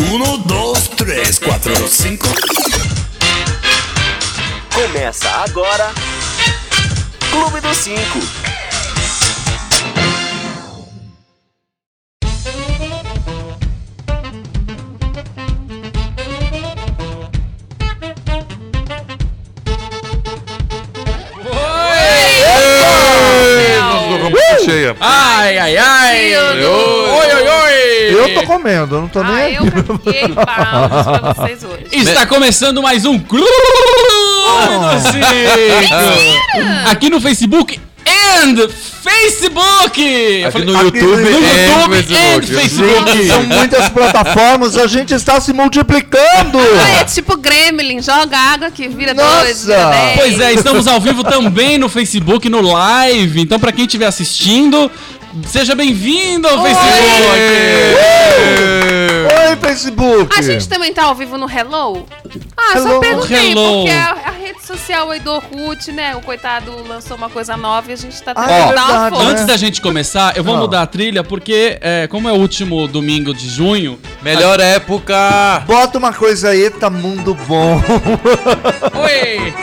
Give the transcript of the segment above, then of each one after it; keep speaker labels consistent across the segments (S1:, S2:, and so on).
S1: Um, dois, três, quatro, cinco.
S2: Começa agora. Clube dos Cinco.
S3: cheia.
S4: Ai, ai, ai!
S5: Eu
S4: Oi, oi, oi!
S3: Eu tô comendo, eu não tô nem
S5: Ah,
S3: aí.
S5: eu paguei balas pra vocês hoje.
S4: Está começando mais um Clube do Cinco. Aqui no Facebook and Facebook! Eu
S3: Aqui
S4: falei-
S3: no YouTube
S6: é
S4: no YouTube
S3: and
S4: and Facebook.
S3: Gente, são muitas plataformas, a gente está se multiplicando.
S5: Ah, é tipo Gremlin, joga água que vira
S3: Nossa!
S5: dois, vira dez.
S4: Pois é, estamos ao vivo também no Facebook, no live. Então, pra quem estiver assistindo, seja bem-vindo ao Facebook!
S3: Oi, Facebook.
S5: é A gente também tá ao vivo no Hello? Ah,
S3: Hello.
S5: só perguntei,
S4: Hello.
S5: porque é a, a rede social aí do Orkut, né? O coitado lançou uma coisa nova e a gente tá tentando
S3: Ah, é
S5: dar uma
S3: verdade,
S5: força.
S4: Antes da gente começar, eu vou
S3: Ah.
S4: mudar a trilha porque, é, como é o último domingo de junho,
S6: Melhor época!
S3: Bota uma coisa aí, tá mundo bom.
S4: Oi!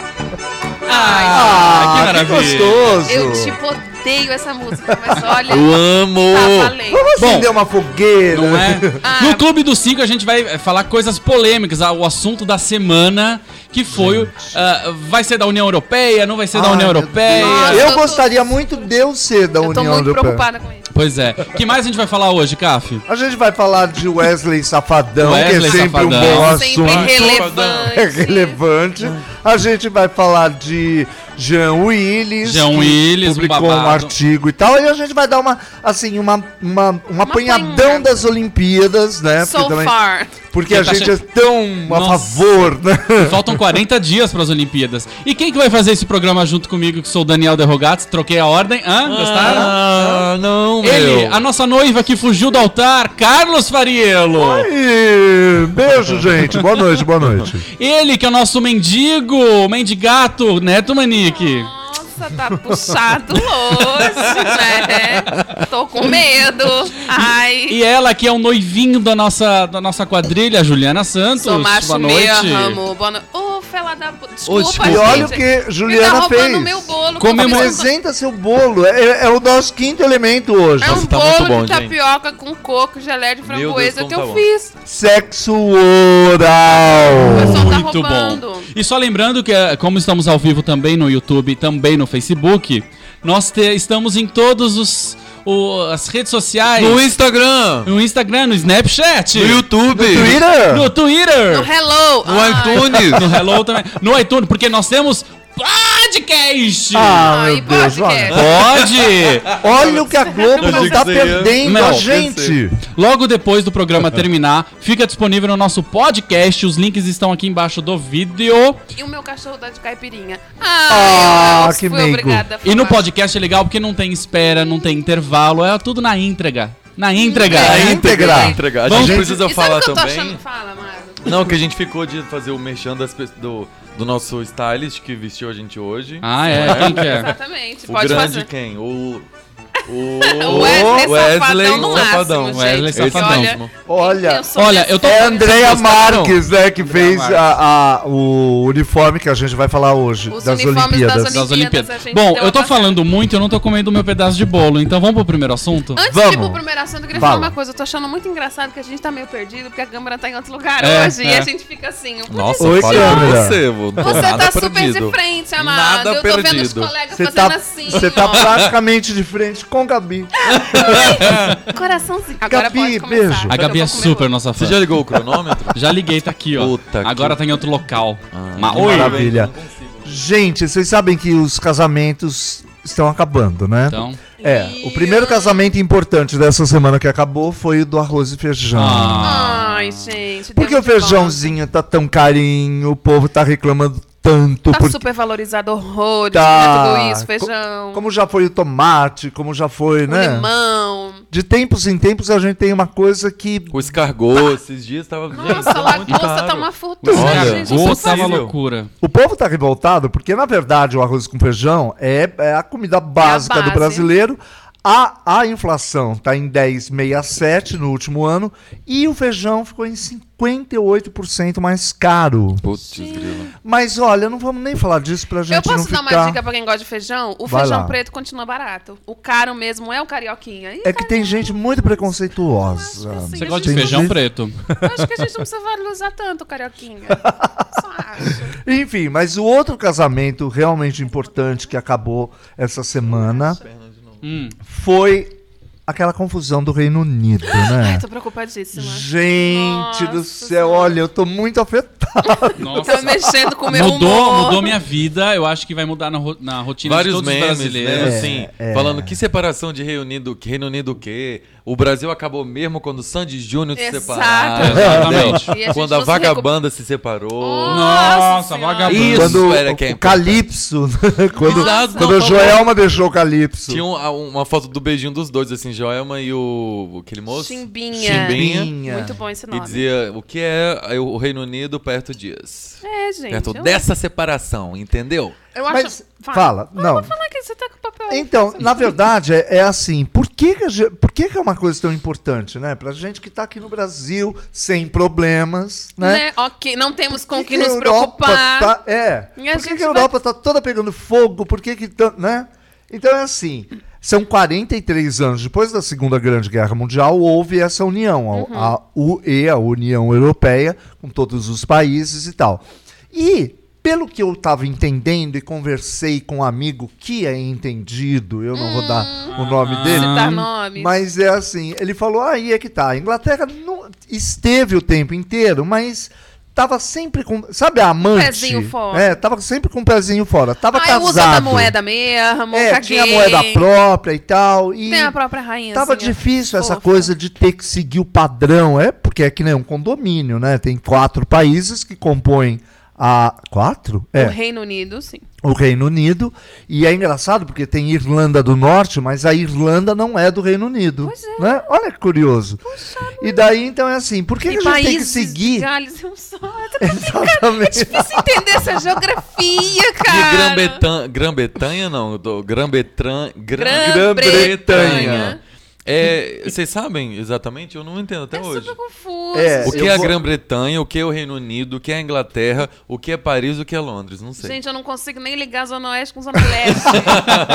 S3: Ah,
S4: Ah, que maravilha!
S3: gostoso.
S5: Eu, tipo, odeio essa música, mas olha,
S6: Eu amo!
S5: tá valendo.
S3: Vamos
S4: Bom,
S3: acender uma fogueira. né?
S4: Não é?
S5: Ah.
S4: No Clube dos Cinco a gente vai eh, falar coisas polêmicas, ah, o assunto da semana que foi o, ah, vai ser da União Europeia, não vai ser da
S3: Ai,
S4: União
S3: Ah, meu
S4: Europeia.
S5: Deus.
S3: Eu
S5: Eu tô-
S3: gostaria muito de eu ser da
S5: Eu tô
S3: União
S5: muito
S3: Europeia.
S5: preocupada com isso.
S4: Pois é. que mais a gente vai falar hoje, Caf?
S3: A gente vai falar de Wesley Safadão, que é
S4: Wesley
S3: sempre um
S4: Safadão.
S3: bom
S5: Sempre
S3: assunto.
S5: relevante.
S3: é relevante. A gente vai falar de Jean Willis.
S4: Jean
S3: que
S4: Willis, um
S3: publicou um,
S4: babado.
S3: artigo e tal. E a gente vai dar uma, assim, uma, uma, um apanhadão
S5: apanhada.
S3: das Olimpíadas, né?
S5: So far.
S3: porque
S4: Porque
S3: a
S4: tá
S3: gente
S4: che-
S3: é tão a
S4: Nossa.
S3: favor, né?
S4: Faltam 40 dias para as Olimpíadas. E quem que vai fazer esse programa junto comigo, que sou o Daniel Derrogatis? Troquei a ordem. Hã? Gostaram?
S6: Ah, não,
S4: Ele,
S6: meu.
S4: a nossa noiva que fugiu do altar, Carlos Fariello.
S3: E beijo, gente. Boa noite, boa noite.
S4: Ele que é o nosso mendigo, mendigato, Neto Manique.
S5: Nossa, tá puxado hoje, né? Tô com medo. Ai,
S4: E ela que é o noivinho da nossa, da nossa quadrilha, Juliana Santos.
S5: sou macho
S4: Boa noite.
S5: mesmo. Boa noite. Ô, fela da... p-
S6: Ô,
S5: Desculpa,
S6: desculpa.
S3: E
S5: gente.
S3: olha o que
S5: Ele
S3: Juliana
S5: tá roubando
S3: fez.
S5: meu bolo. que
S4: Comemo-
S5: eu tô pensando-
S3: Apresenta seu bolo. É, é o nosso quinto elemento hoje.
S5: É um
S6: Nossa, tá muito
S5: bolo
S6: bom,
S5: de
S6: gente.
S5: tapioca com coco, geleia de
S6: Deus,
S5: framboesa
S6: como
S5: que
S6: tá
S5: eu
S6: bom.
S5: fiz.
S3: É. Sexo
S5: O
S3: oral.
S5: pessoal tá
S4: Muito
S5: roubando.
S4: bom. E só lembrando que, eh, como estamos ao vivo também no YouTube e também no Facebook, nós te- estamos em todos os o- as redes sociais.
S6: No Instagram,
S4: No Instagram, no Snapchat.
S6: no YouTube,
S3: No Twitter?
S4: No Twitter.
S5: No Então, hello.
S6: no
S5: Ai,
S6: iTunes.
S4: No Hello também. No iTunes, porque nós temos podcast.
S3: Ah,
S5: Ai,
S3: meu Deus,
S5: podcast.
S3: olha.
S4: Pode!
S3: Olha o que a Globo
S6: Eu
S3: não
S6: achei
S3: tá
S6: que você ia-
S3: perdendo
S4: Não,
S3: a gente.
S4: Logo depois do programa terminar, fica disponível no nosso podcast. Os links estão aqui embaixo do vídeo.
S5: E o meu cachorro tá de caipirinha.
S3: Ah,
S5: Ai, eu
S3: que
S5: fui
S3: meigo.
S5: obrigada a
S4: E no
S5: falar.
S4: podcast é legal porque não tem espera, não tem intervalo, é tudo na íntegra. Na íntegra.
S5: Na
S4: É.
S3: íntegra.
S6: Entregar. A
S4: Vamos-
S6: gente precisa
S5: E
S6: falar
S5: sabe o que eu tô
S6: também.
S5: achando? Fala, Mário.
S6: Não, que a gente ficou de fazer o merchan das pe- do, do nosso stylist que vestiu a gente hoje.
S4: Ah, é? Quem que é?
S5: Exatamente,
S6: o
S5: pode
S6: grande
S5: fazer.
S6: quem? O.
S5: O
S6: O
S5: Wesley,
S6: Wesley
S5: Safadão no
S6: Safadão,
S5: máximo,
S4: Wesley
S5: gente.
S4: Safadão.
S5: Olha,
S3: Olha.
S5: sou
S4: Olha,
S5: dessa-
S4: eu tô-
S3: É a Andrea
S6: Vocês gostaram?
S3: Marques, né, que fez
S4: Marques.
S3: a- a- o uniforme que a gente vai falar hoje,
S5: Os
S3: das
S5: uniformes das
S3: Olimpíadas.
S5: Olimpíadas.
S4: Das Olimpíadas.
S5: a gente deu
S4: Bom, eu tô
S5: uma passada.
S4: falando muito, eu não tô comendo meu pedaço de bolo, então vamos pro primeiro assunto?
S5: Antes
S3: Vamos.
S5: de ir pro primeiro assunto, eu queria
S3: Fala.
S5: falar uma coisa. Eu tô achando muito engraçado que a gente tá meio perdido, porque a câmera tá em outro lugar
S4: É,
S5: hoje.
S4: é.
S5: E a gente fica assim. eu-
S6: Nossa,
S3: Oi,
S6: fala pra
S3: câmera.
S6: você, vô. Tô
S5: Você
S6: nada
S5: tá super de
S6: perdido.
S5: frente, amado.
S6: Nada
S5: eu tô vendo os
S6: perdido.
S5: colegas
S3: Você
S5: fazendo
S3: tá,
S5: assim.
S3: você tá
S5: ó.
S3: praticamente de frente com Gabi.
S5: Coraçãozinho. Agora
S3: Gabi,
S5: pode começar.
S3: beijo.
S4: A
S5: Eu
S4: Gabi
S5: tô
S4: é
S5: com medo.
S4: super nossa fã.
S6: Você já ligou o cronômetro?
S4: Já liguei, tá aqui, ó.
S6: Puta que-
S4: Agora tá em outro local.
S6: Ah,
S4: Mas,
S6: que
S4: oi.
S3: maravilha.
S6: Não consigo.
S3: Gente, vocês sabem que os casamentos estão acabando, né?
S4: Então,
S3: É, o primeiro casamento importante dessa semana que acabou foi o do arroz e feijão.
S4: ah,
S5: Ai, gente.
S3: Por que o
S5: Deus me guarde.
S3: feijãozinho tá tão carinho, o povo tá reclamando tanto.
S5: Tá
S3: por-
S5: super valorizado horrores,
S3: Tá.
S5: né, tudo isso,
S3: Co-
S5: feijão,
S3: Como já foi o tomate, como já foi,
S5: o
S3: né?
S5: limão.
S3: De tempos em tempos a gente tem uma coisa que.
S6: O escargot, esses dias tava.
S5: Nossa, a lagosta tá uma fortuna,
S6: Olha,
S5: gente. é
S4: isso
S5: eu
S6: gosto
S5: sou
S4: tá
S6: é
S5: fã.
S4: uma
S6: possível.
S4: loucura.
S3: O povo tá revoltado porque, na verdade, o arroz com feijão é, é a comida básica do
S5: base.
S3: brasileiro. A, a inflação está em 10,67 no último ano e o feijão ficou em 58% mais caro.
S6: Putz, grilo.
S3: Mas olha, não vamos nem falar disso pra gente
S5: Eu posso
S3: não
S5: dar
S3: ficar...
S5: uma dica pra quem gosta de feijão? O
S3: Vai
S5: feijão
S3: lá.
S5: preto continua barato. O caro mesmo é o carioquinha. E
S3: É que tem gente muito preconceituosa.
S5: Eu acho que assim,
S4: Você
S5: a
S4: gosta de
S5: gente- Então,
S4: feijão
S3: Entendi.
S4: preto.
S5: Eu acho que a gente não precisa valorizar tanto o carioquinha. Só acho.
S3: Enfim, mas o outro casamento realmente importante que acabou essa semana
S4: Hum.
S3: foi aquela confusão do Reino Unido, né?
S5: Ai, tô preocupadíssima.
S3: Gente do
S5: Nossa
S3: céu,
S5: Senhora.
S3: olha, eu tô muito afetado.
S4: Nossa.
S5: Tá mexendo com o meu
S4: Mudou,
S5: humor.
S4: mudou minha vida. Eu acho que vai mudar na, ro- na rotina de
S6: Vários
S4: todos os
S6: memes, né?
S4: brasileiros. É,
S6: Assim, falando que separação de reunido, Reino Unido o quê? O Brasil acabou mesmo quando o Sandy Júnior se
S5: Exato.
S6: separou.
S4: É, Exatamente.
S5: E a
S6: quando a
S5: gente não se recu- Oh,
S6: vagabanda se separou.
S4: Nossa,
S5: Nossa
S4: vagabunda.
S6: Isso
S3: quando
S6: era
S3: o,
S6: quem é
S3: o Calypso, né? quando,
S6: Exato,
S3: quando
S6: não,
S3: o
S6: tá
S3: Joelma deixou o Calypso.
S6: Tinha um- a- uma foto do beijinho dos dois, assim, Joelma e o aquele moço.
S5: Chimbinha.
S6: Chimbinha.
S5: Muito bom esse
S6: E
S5: nome.
S6: dizia o que é aí o Reino Unido perto disso.
S5: É, gente.
S4: né,
S6: Perto
S5: eu-
S6: dessa separação, entendeu?
S5: Eu acho...
S3: Mas fala, não.
S5: Vou falar que você tá com o papel.
S3: Então, na verdade, é, é assim, por que, que a ge- por que, que é uma coisa tão importante, né? Pra gente que tá aqui no Brasil, sem problemas, né?
S5: Né? Ok, não temos com o
S3: Por
S5: que nos
S3: a Europa
S5: preocupar.
S3: Tá, é.
S5: E a
S3: Por que,
S5: gente
S3: que a Europa tá toda pegando fogo? Por que que tan- né? Então é assim, são 43 anos depois da Segunda Grande Guerra Mundial, houve essa união,
S5: Uhum.
S3: a- a UE, a União Europeia, com todos os países e tal. E, pelo que eu estava entendendo e conversei com um amigo que é entendido, eu não vou dar
S5: Hum.
S3: o nome dele,
S5: citar
S4: Ah.
S5: nomes.
S3: mas é assim, ele falou, aí é que tá. A Inglaterra não esteve o tempo inteiro, mas tava sempre com. Sabe a amante?
S5: um pezinho fora.
S3: É, tava sempre com o pezinho fora. Tava
S5: Ai,
S3: casado.
S5: usa da moeda mesmo,
S3: é,
S5: caguei.
S3: tinha moeda própria e tal. E
S5: Tem a própria rainha.
S3: tava
S5: assim, ó.
S3: difícil essa
S5: fofa.
S3: coisa de ter que seguir o padrão. É porque é que nem um condomínio, né? Tem quatro países que compõem a. Quatro?
S5: O
S3: É
S5: Reino Unido, sim.
S3: o Reino Unido. E é engraçado porque tem Irlanda do Norte, mas a Irlanda não é do Reino Unido. Né? Olha que curioso. e daí, então, é assim, por que, que a gente tem que seguir?
S5: Gales, eu só...
S3: Exatamente.
S5: Difícil entender essa geografia,
S6: E
S5: cara.
S6: Grã-Bretanha. Grã-Bretanha, não. do- Grã-Betran- Grã-
S5: Grã-Bretanha.
S6: Grã-Bretanha. É, vocês sabem exatamente? Eu não entendo até
S5: É
S6: hoje.
S5: super confuso.
S3: É.
S6: O que
S3: eu
S6: é a
S3: vou-
S6: Grã-Bretanha, o que é o Reino Unido, o que é a Inglaterra, o que é Paris, o que é Londres, não sei.
S5: Gente, eu não consigo nem ligar Zona Oeste com Zona Leste.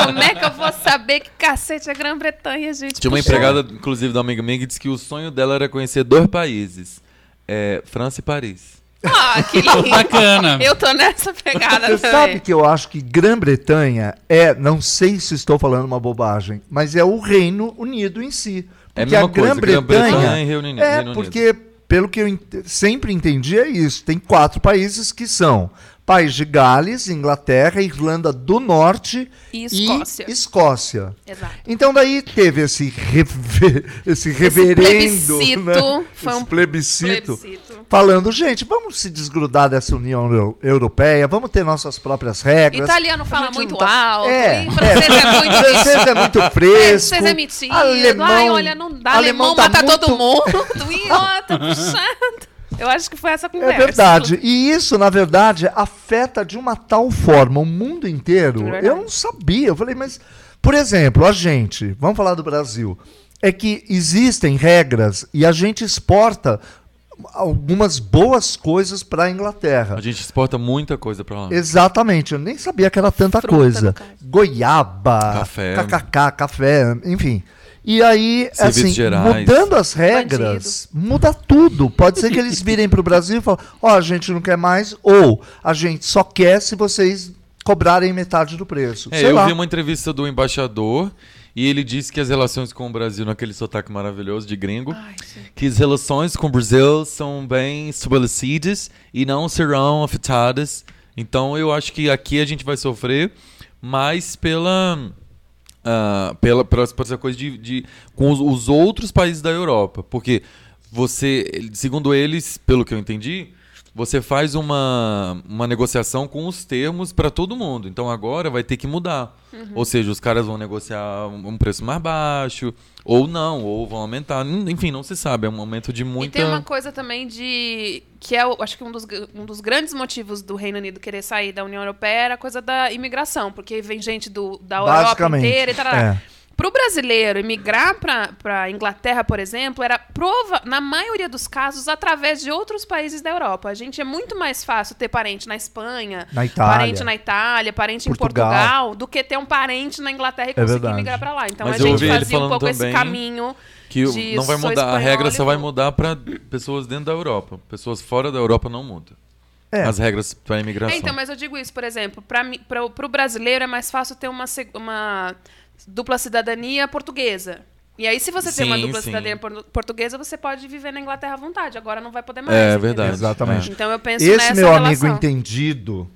S5: Como é que eu vou saber que cacete é Grã-Bretanha, gente?
S6: Tinha uma
S5: Puxa.
S6: empregada, inclusive, da amiga minha, que disse que o sonho dela era conhecer dois países. É, França e Paris.
S5: Ah, que lindo.
S4: Bacana.
S5: Eu tô nessa pegada
S3: Você sabe
S5: também.
S3: que eu acho que Grã-Bretanha é, não sei se estou falando uma bobagem, mas é o Reino Unido em si.
S6: É a
S3: Porque
S6: mesma coisa, Grã-Bretanha e
S3: Grã-Bretanha.
S6: Reino Unido.
S3: É,
S6: Reino Unido.
S3: porque, pelo que eu ent- sempre entendi, é isso. Tem quatro países que são País de Gales, Inglaterra, Irlanda do Norte
S5: E Escócia.
S3: Escócia.
S5: Exato.
S3: Então daí teve esse, rever- esse reverendo,
S5: plebiscito,
S3: né?
S5: foi
S3: Esse
S5: um
S3: plebiscito,
S5: Plebiscito.
S3: falando, gente, vamos se desgrudar dessa União Eu- Europeia, vamos ter nossas próprias regras.
S5: Italiano fala
S3: gente não
S5: muito
S3: tá-
S5: alto,
S3: É,
S5: e francês é, muito
S3: Francês é muito fresco.
S5: Vocês é metido.
S3: Alemão,
S5: Ai, olha, não dá. Alemão,
S3: tá
S5: mata
S3: muito-
S5: todo mundo. Ih, ó, tá puxando. Eu acho que foi essa
S3: É
S5: conversa.
S3: verdade. E isso, na verdade, afeta de uma tal forma o mundo inteiro.
S5: Verdade.
S3: Eu não sabia. Eu falei, mas, por exemplo, a gente, vamos falar do Brasil, é que existem regras e a gente exporta algumas boas coisas para a Inglaterra.
S6: A gente exporta muita coisa pra lá.
S3: Exatamente, eu nem sabia que era tanta
S5: Fruta,
S3: coisa.
S5: no caso.
S3: Goiaba,
S6: Café.
S3: kkk, café, enfim. E aí,
S6: Serviços
S3: assim,
S6: gerais.
S3: mudando as regras, muda tudo. Pode ser que eles virem pro Brasil e falem, ó, a gente não quer mais, ou a gente só quer se vocês cobrarem metade do preço.
S6: É,
S3: Sei
S6: eu
S3: lá.
S6: vi uma entrevista do embaixador e ele disse que as relações com o Brasil, naquele sotaque maravilhoso de gringo,
S5: Ai, gente.
S6: que as relações com o Brasil são bem estabelecidas e não serão afetadas. Então eu acho que aqui a gente vai sofrer mais pela. ah, pela, pela, por essa coisa de, de- com os, os outros países da Europa. Porque você, ele- segundo eles, pelo que eu entendi, você faz uma, uma negociação com os termos para todo mundo. Então agora vai ter que mudar.
S5: Uhum.
S6: Ou seja, os caras vão negociar um um preço mais baixo, ou não, ou vão aumentar. Hum, Enfim, não se sabe. É um momento de
S5: E
S6: muita.
S5: tem uma coisa também de. que é, o- acho que um dos, gr- um dos grandes motivos do Reino Unido querer sair da União Europeia era a coisa da imigração, porque vem gente do, da Europa
S3: Basicamente,
S5: inteira e tal.
S3: é.
S5: Pro brasileiro emigrar pra, pra Inglaterra, por exemplo, era prova, na maioria dos casos, através de outros países da Europa. A gente é muito mais fácil ter parente na Espanha,
S3: Na Itália.
S5: parente na Itália, parente
S3: Portugal. É
S5: em Portugal, do que ter um parente na Inglaterra e conseguir
S3: verdade.
S5: migrar pra lá. Então
S6: Mas
S5: a
S6: eu
S5: gente
S6: ouvi ele
S5: fazia um
S6: falando
S5: pouco esse
S6: também
S5: caminho. É,
S6: Que
S5: de
S6: não vai
S5: sou
S6: mudar, a regra
S5: espanhol
S6: só vai
S5: e-
S6: mudar para pessoas dentro da Europa. Pessoas fora da Europa não muda.
S3: É.
S6: As regras para
S5: É,
S6: imigração.
S5: então, mas eu digo isso, por exemplo, para o brasileiro é mais fácil ter uma, seg- uma dupla cidadania portuguesa. E aí, se você tem uma
S6: Sim,
S5: dupla
S6: sim.
S5: cidadania por- portuguesa, você pode viver na Inglaterra à vontade. Agora não vai poder mais.
S6: É,
S5: entendeu?
S6: verdade.
S3: Exatamente.
S5: Então eu penso
S3: Esse
S5: nessa
S3: meu amigo
S5: relação.
S3: entendido,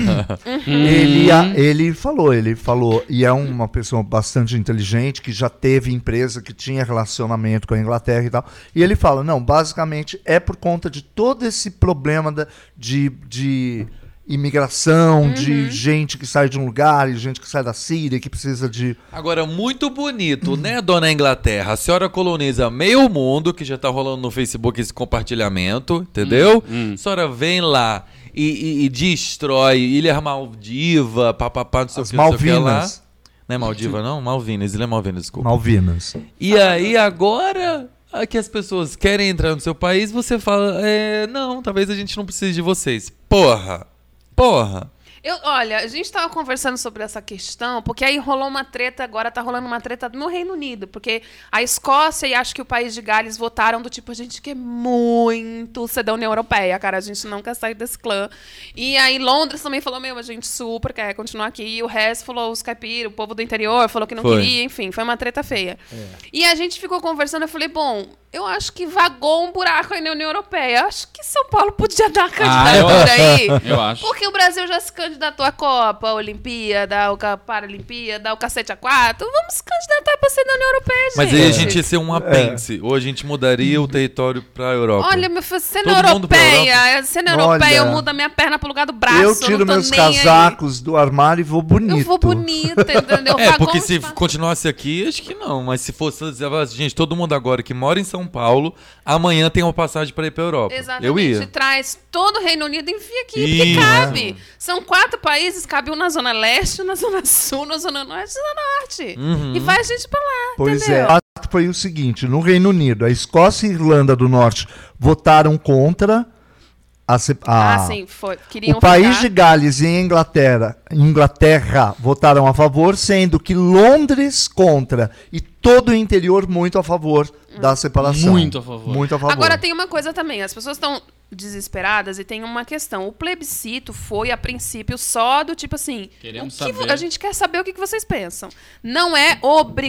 S6: Uhum.
S3: ele, a- ele falou, ele falou, e é uma pessoa bastante inteligente, que já teve empresa, que tinha relacionamento com a Inglaterra e tal. E ele fala, não, basicamente é por conta de todo esse problema da- de, de imigração,
S5: Uhum.
S3: de gente que sai de um lugar, e gente que sai da Síria, que precisa de...
S6: Agora, muito bonito, né, dona Inglaterra? A senhora coloniza meio mundo, que já tá rolando no Facebook esse compartilhamento, entendeu? A senhora vem lá e, e- e destrói Ilha Maldiva, papapá, não sei
S3: As
S6: o que, não sei o que lá.
S3: Malvinas.
S6: Não é Maldiva, não? Malvinas, Ilha Malvinas, desculpa.
S3: Malvinas.
S6: E aí, agora ah, que as pessoas querem entrar no seu país, você fala, é, não, talvez a gente não precise de vocês. Porra! Porra!
S5: Eu, olha, a gente tava conversando sobre essa questão, porque aí rolou uma treta, agora tá rolando uma treta no Reino Unido, porque a Escócia e acho que o país de Gales votaram do tipo, a gente quer muito ser da União Europeia, cara, a gente não quer sair desse clã. E aí Londres também falou, meu, a gente super quer continuar aqui, e o resto falou, os caipira, o povo do interior falou que não
S6: Foi.
S5: queria, enfim, foi uma treta feia. E a gente ficou conversando, eu falei, bom, eu acho que vagou um buraco aí na União Europeia, eu acho que São Paulo podia dar a candidatura aí.
S4: Eu acho.
S5: Porque o Brasil já se candidatou à Copa, à Olimpíada, ao Ca- Paralimpíada, ao Cacete a Quatro. Vamos se candidatar pra ser da União Europeia, gente.
S6: Mas
S3: É.
S6: aí a gente ia ser um apêndice, ou a gente mudaria
S3: Uhum.
S6: o território pra Europa.
S5: Olha, meu filho, sendo
S6: Todo mundo pra
S5: europeia, sendo europeia, eu
S3: Olha,
S5: mudo a minha perna pro lugar do braço.
S3: eu
S5: não tô
S3: tiro meus
S5: nem aí.
S3: casacos do armário e vou bonito.
S5: Eu vou bonita, entendeu?
S6: É,
S5: Vagão
S6: porque
S5: de
S6: se
S5: pa-
S6: continuasse aqui, acho que não. Mas se fosse, gente, todo mundo agora que mora em São Paulo, amanhã tem uma passagem pra ir pra Europa.
S5: Exatamente.
S6: Eu ia.
S5: Traz todo o Reino Unido e enfia aqui,
S6: Isso.
S5: porque
S6: né?
S5: cabe. São quatro países, cabe um na Zona Leste, um na Zona Sul, na Zona Norte e na Zona Norte.
S6: Uhum.
S5: E vai gente pra lá,
S3: Pois
S5: entendeu?
S3: é. O fato foi o seguinte: no Reino Unido, a Escócia e a Irlanda do Norte votaram contra a. se- a-
S5: Ah, sim, foi. Queriam
S3: O país
S5: ficar.
S3: de Gales e a Inglaterra, Inglaterra votaram a favor, sendo que Londres contra e todo o interior muito a favor da separação.
S4: Muito a favor.
S3: Muito a favor.
S5: Agora tem uma coisa também, as pessoas estão desesperadas e tem uma questão. O plebiscito foi a princípio só do tipo assim,
S4: Queremos
S5: o que vo-
S4: saber.
S5: a gente quer saber o que que vocês pensam. Não é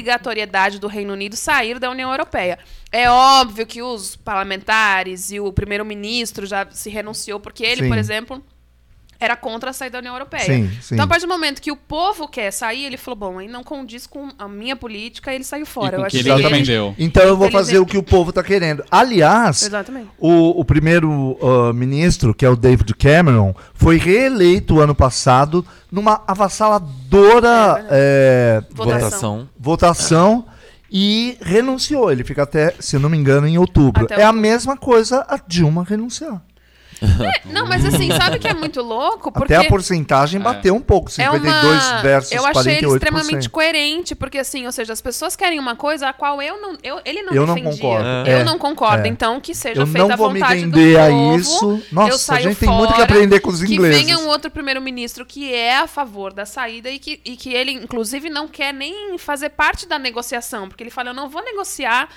S5: obrigatoriedade do Reino Unido sair da União Europeia. É óbvio que os parlamentares e o primeiro-ministro já se renunciou porque ele,
S3: Sim.
S5: por exemplo, era contra sair da União Europeia.
S3: Sim, sim.
S5: Então, a partir do momento que o povo quer sair, ele falou: bom, aí não condiz com a minha política, ele saiu fora.
S4: E com
S5: Eu
S4: o
S5: acho
S4: que
S5: que é.
S4: ele
S5: ele-
S4: defendeu.
S3: Então eu vou
S5: Infelizmente.
S3: fazer o que o povo está querendo. Aliás,
S5: Exatamente.
S3: o, o primeiro ah, ministro, que é o David Cameron, foi reeleito ano passado numa avassaladora
S5: É
S3: eh,
S6: Votação.
S3: votação e renunciou. Ele fica até, se não me engano, em outubro.
S5: Até
S3: é a
S5: outubro.
S3: mesma coisa a Dilma renunciar.
S5: Não, mas assim, sabe o que é muito louco? Porque
S3: Até a
S6: É.
S3: porcentagem bateu um pouco, 52 versus
S5: É Eu achei
S3: 48%.
S5: ele extremamente coerente, porque assim, ou seja, as pessoas querem uma coisa a qual eu não, eu, ele não
S3: Eu não
S5: defendia.
S3: concordo.
S5: Eu
S3: É.
S5: não concordo,
S3: É.
S5: então que seja
S3: Eu
S5: feita
S3: não
S5: à
S3: vou me
S5: vontade do
S3: vender a
S5: povo,
S3: isso.
S5: eu
S3: Nossa, a
S5: saio
S3: gente tem
S5: fora,
S3: muito que aprender com os ingleses.
S5: Que venha um outro primeiro-ministro que é a favor da saída e que, e que ele, inclusive, não quer nem fazer parte da negociação, porque ele fala, eu não vou negociar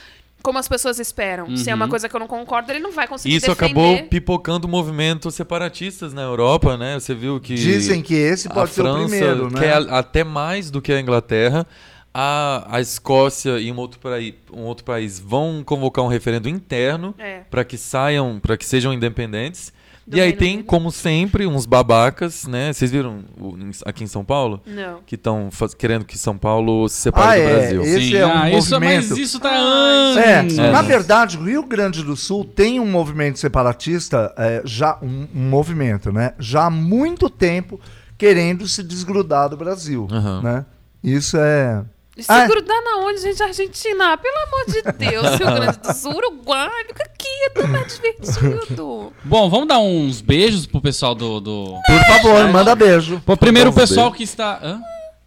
S5: como as pessoas esperam. Se é uma coisa que eu não concordo, ele não vai conseguir
S6: Uhum. Isso
S5: defender.
S6: acabou pipocando o movimento separatistas na Europa, né? Você viu que.
S3: Dizem que esse
S6: a
S3: pode ser
S6: França
S3: o primeiro, né?
S6: quer a- até mais do que a Inglaterra. A, a Escócia e um outro, praí- um outro país vão convocar um referendo interno
S5: É.
S6: para que saiam, para que sejam independentes.
S5: Do
S6: e aí
S5: Reino
S6: tem,
S5: Unido.
S6: como sempre, uns babacas, né? Vocês viram o- em- aqui em São Paulo?
S5: Não.
S6: Que estão querendo que São Paulo se separe
S3: Ah,
S6: do
S3: é.
S6: Brasil.
S3: Esse
S4: Sim.
S3: é um
S4: Ah, isso,
S3: movimento.
S4: mas isso tá anos.
S3: É,
S6: É.
S3: na verdade, o Rio Grande do Sul tem um movimento separatista, é, já um, um movimento, né? Já há muito tempo querendo se desgrudar do Brasil,
S6: Aham.
S3: né? Isso é
S5: E se
S3: Ah, é.
S5: grudar na onde, gente? Argentina, ah, pelo amor de Deus, Rio Grande do Sul, Uruguai, fica quieto, tá divertido.
S4: Bom, vamos dar uns beijos pro pessoal do. do...
S3: Por favor, manda beijo.
S4: Pô, primeiro o
S3: um
S6: Vamos dar uns
S4: pessoal que está. Hã?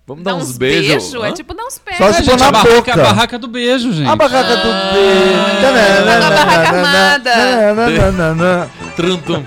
S6: Vamos
S5: Dá
S6: dar uns beijos.
S5: É
S6: hã?
S5: tipo dar uns pés.
S3: Só se
S4: É,
S3: for
S5: né, gente?
S4: gente,
S3: na
S4: a barraca,
S3: boca.
S4: A barraca do beijo, gente.
S3: A barraca do
S5: A barraca armada.
S3: beijo.
S5: tipo
S6: Trum, tum.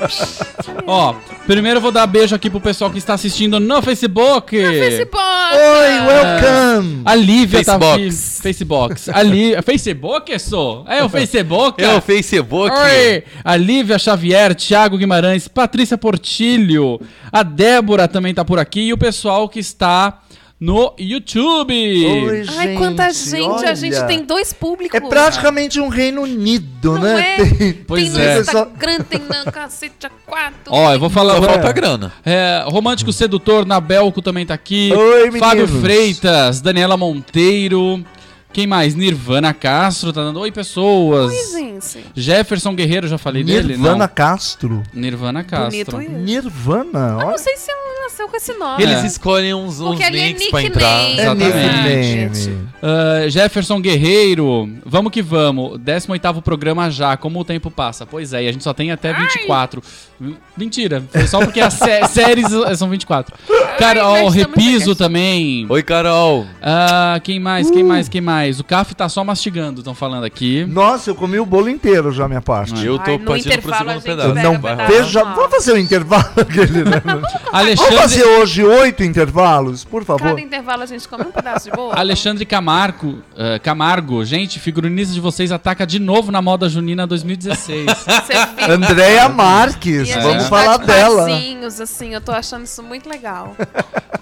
S4: Ó, primeiro eu vou dar beijo aqui pro pessoal que está assistindo no Facebook. No
S5: Facebook.
S3: Oi, welcome.
S4: A Lívia tá aqui.
S6: Facebox.
S4: Facebox. A Lívia. Facebook, é só? É o Facebook?
S6: É o Facebook.
S4: Oi! A Lívia Xavier, Thiago Guimarães, Patrícia Portilho, a Débora também tá por aqui e o pessoal que está no YouTube.
S3: Oi,
S5: Ai, quanta
S3: gente,
S5: gente. A gente
S3: olha.
S5: tem dois públicos.
S3: É praticamente um Reino Unido,
S5: Não
S3: né?
S5: é?
S3: Tem- um
S4: Pois
S5: tem
S4: é.
S5: no Instagram, tem na cacete a quatro.
S4: Ó, eu vou falar.
S6: Só
S4: vou-
S6: falta grana.
S4: É, Romântico Sedutor, Nabelco também tá aqui.
S3: Oi, meninos.
S4: Fábio Freitas, Daniela Monteiro. Quem mais? Nirvana Castro tá dando oi, pessoas.
S5: Oi, gente.
S4: Jefferson Guerreiro, já falei dele?
S3: Nirvana Castro.
S4: Não. Nirvana
S5: Bonito
S4: Castro.
S5: isso.
S3: Nirvana,
S5: Eu
S3: olha.
S5: não sei se ela nasceu com esse nome.
S6: Eles
S4: É.
S6: escolhem uns, uns
S5: Ah. Porque ali é
S6: links pra
S5: nickname.
S6: entrar.
S3: É
S5: Exatamente.
S3: nickname.
S4: Ah, Jefferson Guerreiro, vamos que vamos. 18 programa já, como o tempo passa. Pois é, e a gente só tem até 24. M- Mentira, foi só porque as sé- séries eh, são 24. Cara, ó,
S5: mas
S4: o
S5: tá muito
S4: Repiso
S5: legal.
S4: também.
S6: Oi, Carol.
S4: Ah, quem mais, quem mais, quem mais? O Caf tá só mastigando, estão falando aqui.
S3: Nossa, eu comi o bolo inteiro já, minha parte.
S6: Eu tô
S5: Ai,
S6: partindo
S5: no
S6: pro
S5: intervalo a
S6: segundo
S5: gente
S6: pedaço.
S3: Eu
S5: pega um
S3: não
S5: pedaço.
S3: vejo. já-
S5: Nossa.
S3: Vamos fazer um intervalo aquele, né? Vamos fazer
S4: Alexandre,
S3: hoje oito intervalos, por favor?
S5: Cada intervalo a gente come um pedaço de boa.
S4: Alexandre Camargo, ah, Camargo, gente, figurinista de vocês ataca de novo na moda junina 2016.
S5: Você fica-
S3: Andréia Marques,
S5: então. E a
S3: vamos
S5: gente
S3: falar
S5: tá de
S3: dela.
S5: passinhos, assim, eu tô achando isso muito legal.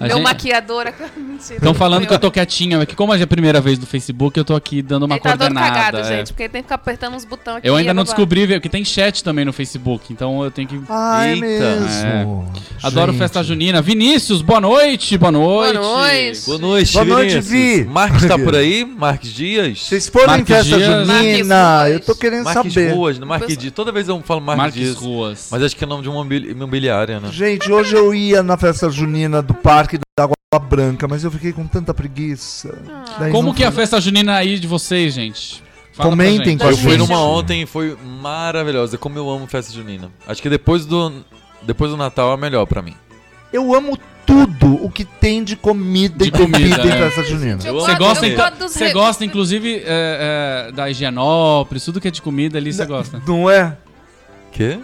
S4: A
S5: Meu
S4: gente-
S5: maquiador... é- Mentira.
S4: Estão falando que eu tô quietinha, mas que como é a primeira vez do Facebook, eu tô aqui dando uma
S5: Ele tá todo
S4: coordenada.
S5: cagado,
S4: é.
S5: gente, porque ele tem que ficar apertando uns botões aqui.
S4: Eu ainda
S5: e
S4: não
S5: blá, blá.
S4: descobri, porque tem chat também no Facebook, então eu tenho que.
S3: Ai,
S6: Eita,
S3: mesmo.
S4: é. Adoro
S3: Gente.
S4: festa junina. Vinícius, boa noite, boa noite.
S5: noite.
S6: Boa noite,
S3: Boa noite,
S6: Vinícius.
S3: Vi.
S6: Marques tá por aí? Marques Dias?
S3: Vocês foram em
S4: Marques
S3: festa
S4: Dias.
S3: junina?
S5: Marques
S3: Eu tô querendo
S6: Marques
S3: saber.
S6: Ruas, não, Marques Dias. Toda vez eu falo Marques,
S4: Marques
S6: Dias.
S4: Ruas.
S6: Mas acho que é o nome de uma mobili- imobiliária, né?
S3: Gente, hoje eu ia na festa junina do Parque da Água Branca, mas eu fiquei com tanta preguiça.
S5: Ah.
S3: Daí
S4: Como
S3: não
S4: que é a
S3: fui.
S4: festa junina aí de vocês, gente?
S3: Comentem
S4: com
S3: com a
S6: Eu fui
S3: gente.
S6: numa ontem e foi maravilhosa. Como eu amo festa junina. Acho que depois do, depois do Natal é melhor pra mim.
S3: Eu amo tudo o que tem de comida
S4: De
S3: e bebida
S4: comida,
S3: em
S4: né?
S3: festa junina.
S5: Eu
S6: Você
S5: gosto-
S4: gosta,
S5: eu
S6: então?
S5: gosto dos
S4: Você
S5: re-
S4: gosta, inclusive, é, é, da higienópolis, tudo que é de comida ali, você gosta.
S3: Não é?
S6: Quê?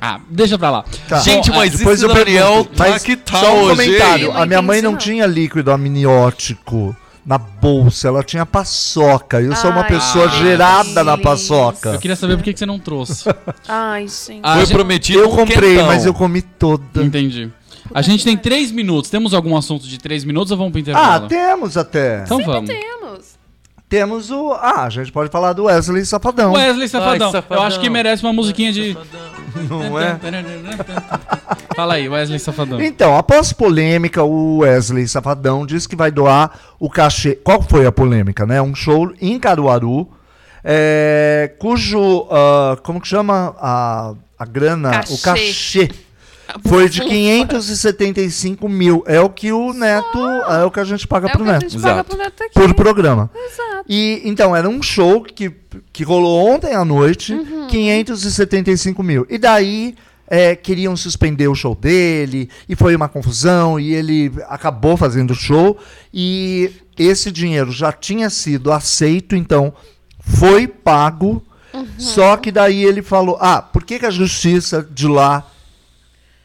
S4: Ah, deixa pra lá.
S3: Tá.
S6: Gente,
S4: Bom, ah,
S6: mas
S3: Depois
S6: isso
S3: eu
S6: Daniel
S3: pergunto.
S6: tá
S3: Mas
S6: que tá
S3: só um
S6: hoje, hein?
S3: comentário.
S5: Eu
S3: A minha
S5: não
S3: mãe
S5: entendi,
S3: não
S5: não.
S3: tinha líquido amniótico na bolsa, ela tinha paçoca. Eu sou uma
S5: Ai,
S3: pessoa
S5: que
S3: gerada na
S5: delícia.
S4: Eu
S3: paçoca.
S4: queria saber por que que você não trouxe.
S5: Ai, gente.
S4: Ah,
S6: Foi
S4: gente-
S6: prometido
S3: Eu
S6: um
S3: comprei,
S6: quentão.
S3: mas eu comi toda.
S4: Entendi. A gente tem três minutos. Temos algum assunto de três minutos ou vamos pro
S3: Ah,
S4: intervalo?
S3: temos até.
S4: Então vamos.
S5: Temos.
S3: Temos o. Ah, a gente pode falar do Wesley
S5: um.
S3: Safadão.
S4: Wesley Safadão.
S6: Ai, safadão.
S4: Eu acho que merece uma musiquinha de.
S3: Não é?
S6: é?
S4: Fala aí, Wesley Safadão.
S3: Então, após polêmica, o Wesley Safadão disse que vai doar o cachê. Qual foi a polêmica, né? Um show em Caruaru, é, cujo. ah, como que chama? A, a grana. O
S5: Cachê.
S3: cachê. Foi de
S5: É
S3: 575 mil. É o que o Neto. É o que a gente paga
S5: É o
S3: pro
S5: que a
S3: Neto.
S5: gente paga
S6: Exato.
S5: pro Neto aqui.
S3: Por programa.
S5: Exato.
S3: E então, era um show que, que rolou ontem à noite,
S5: Uhum.
S3: 575 mil. E daí é, queriam suspender o show dele, e foi uma confusão, e ele acabou fazendo o show. E esse dinheiro já tinha sido aceito, então foi pago.
S5: Uhum.
S3: Só que daí ele falou: ah, por que, que a justiça de lá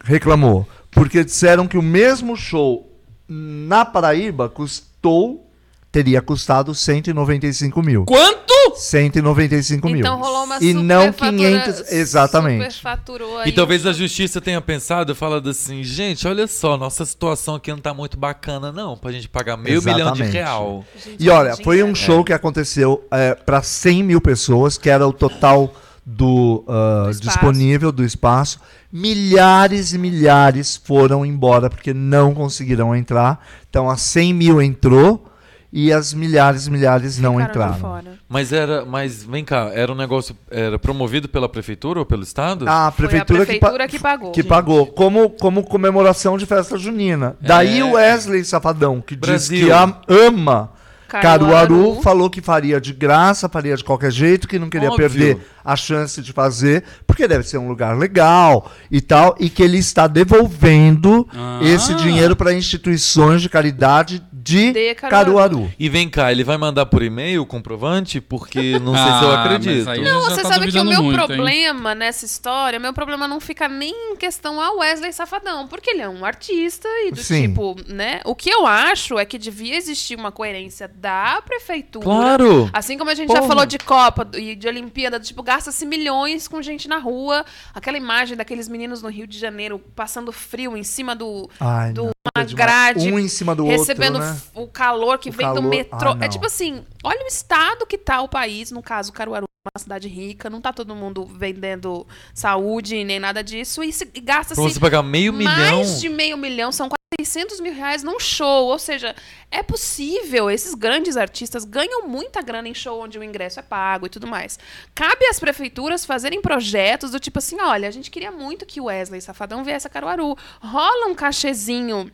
S3: reclamou? Porque disseram que o mesmo show na Paraíba custou, teria custado 195 mil.
S4: Quanto?
S3: 195 mil.
S5: Então rolou uma
S3: E não
S5: superfatura-
S3: 500. Exatamente.
S5: Superfaturou aí. um
S6: E talvez a justiça tenha pensado, falando assim, gente, olha só, nossa situação aqui não tá muito bacana, não, pra gente pagar meio milhão de
S3: Exatamente.
S6: real.
S5: Gente,
S3: E olha,
S5: gente,
S3: foi um
S5: é.
S3: show que aconteceu para 100 mil pessoas, que era o total do, ah,
S5: Do espaço.
S3: disponível do espaço. Milhares e milhares foram embora porque não conseguiram entrar. Então, as 100 mil entrou e as milhares e milhares não
S5: Ficaram de
S3: entraram.
S5: fora.
S6: Mas era, mas vem cá, era um negócio, era promovido pela prefeitura ou pelo estado?
S3: Ah, A
S5: Foi a
S3: prefeitura, que pa-
S5: prefeitura que, pagou.
S3: que pagou como, como comemoração de festa junina. Daí o Wesley Safadão, que diz
S6: É. Brasil.
S3: que am- ama Caruaru, falou que faria de graça, faria de qualquer jeito, que não queria
S6: Óbvio.
S3: perder a chance de fazer, porque deve ser um lugar legal e tal, e que ele está devolvendo
S4: Ah.
S3: esse dinheiro para instituições de caridade de,
S5: De Caruaru.
S3: Caruaru.
S6: E vem cá, ele vai mandar por e-mail o comprovante? Porque não sei se eu
S4: Ah, mas
S6: acredito.
S4: aí-
S5: Não,
S4: Já
S5: você
S4: tá
S5: sabe que o
S4: duvidando
S5: meu
S4: muito, hein?
S5: problema nessa história, meu problema não fica nem em questão a Wesley Safadão, porque ele é um artista e do
S3: Sim.
S5: tipo, né? O que eu acho é que devia existir uma coerência da prefeitura.
S6: Claro!
S5: Assim como a gente já
S6: Porra.
S5: falou de Copa e de Olimpíada, do tipo, gasta-se milhões com gente na rua. Aquela imagem daqueles meninos no Rio de Janeiro passando frio em cima do,
S3: Ai,
S5: do
S3: não,
S5: uma
S3: é demais.
S5: grade,
S3: um em cima do
S5: recebendo
S3: outro, né?
S5: f- o calor que
S3: O
S5: vem do
S3: calor-
S5: metrô.
S3: Ah, não.
S5: é tipo assim, olha o estado que tá o país, no caso, Caruaru é uma cidade rica, não tá todo mundo vendendo saúde nem nada disso, e, se- e
S6: Pra
S5: gasta-se
S6: você pagar meio milhão.
S5: Tipo assim, mais de um meio milhão, são quase 600 mil reais num show. Ou seja, é possível, esses grandes artistas ganham muita grana em show onde o ingresso é pago e tudo mais. Cabe às prefeituras fazerem projetos do tipo assim: olha, a gente queria muito que o Wesley Safadão viesse a Caruaru. Rola um cachezinho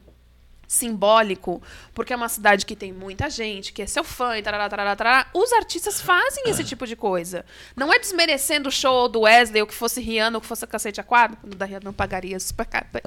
S5: simbólico, porque é uma cidade que tem muita gente, que é seu fã e tarará, tarará, tarará. Os artistas fazem esse tipo de coisa. Não é desmerecendo o show do Wesley, ou que fosse Rihanna, ou que fosse a Cacete Aquado. O da Rihanna não pagaria super caro. tá?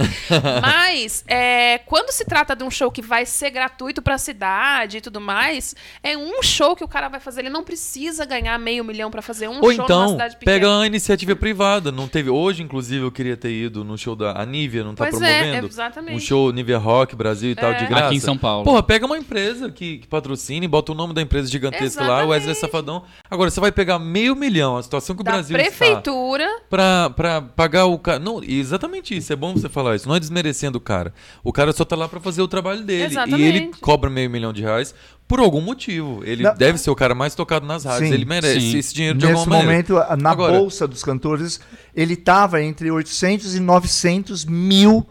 S5: Mas, é, quando se trata de um show que vai ser gratuito pra cidade e tudo mais, é um show que o cara vai fazer. Ele não precisa ganhar meio milhão pra fazer um
S6: Ou
S5: show numa
S6: então,
S5: cidade pequena.
S6: pega uma iniciativa privada. Não teve. Hoje, inclusive, eu queria ter ido no show da a Nívia, não tá
S5: Pois é,
S6: promovendo?
S5: exatamente. É.
S6: Um show Nívia Rock, Brasil e tal, de graça.
S4: Aqui em São Paulo.
S6: Porra, pega uma empresa que, que patrocine, bota o nome da empresa gigantesca lá,
S5: Exatamente.
S6: Wesley Safadão. Agora, você vai pegar meio milhão, a situação que o
S5: da
S6: Brasil está
S5: prefeitura.
S6: pra, pra pagar o cara. Não, exatamente isso. É bom você falar isso. Não é desmerecendo o cara. O cara só tá lá pra fazer o trabalho dele.
S5: Exatamente.
S6: E ele cobra meio milhão de reais por algum motivo. Ele
S3: Não.
S6: deve ser o cara mais tocado nas rádios.
S3: Sim.
S6: ele merece
S4: Sim.
S6: esse dinheiro de
S3: Nesse
S6: alguma maneira.
S3: momento, a- na
S6: Agora-
S3: bolsa dos cantores, ele estava entre 800 e 900 mil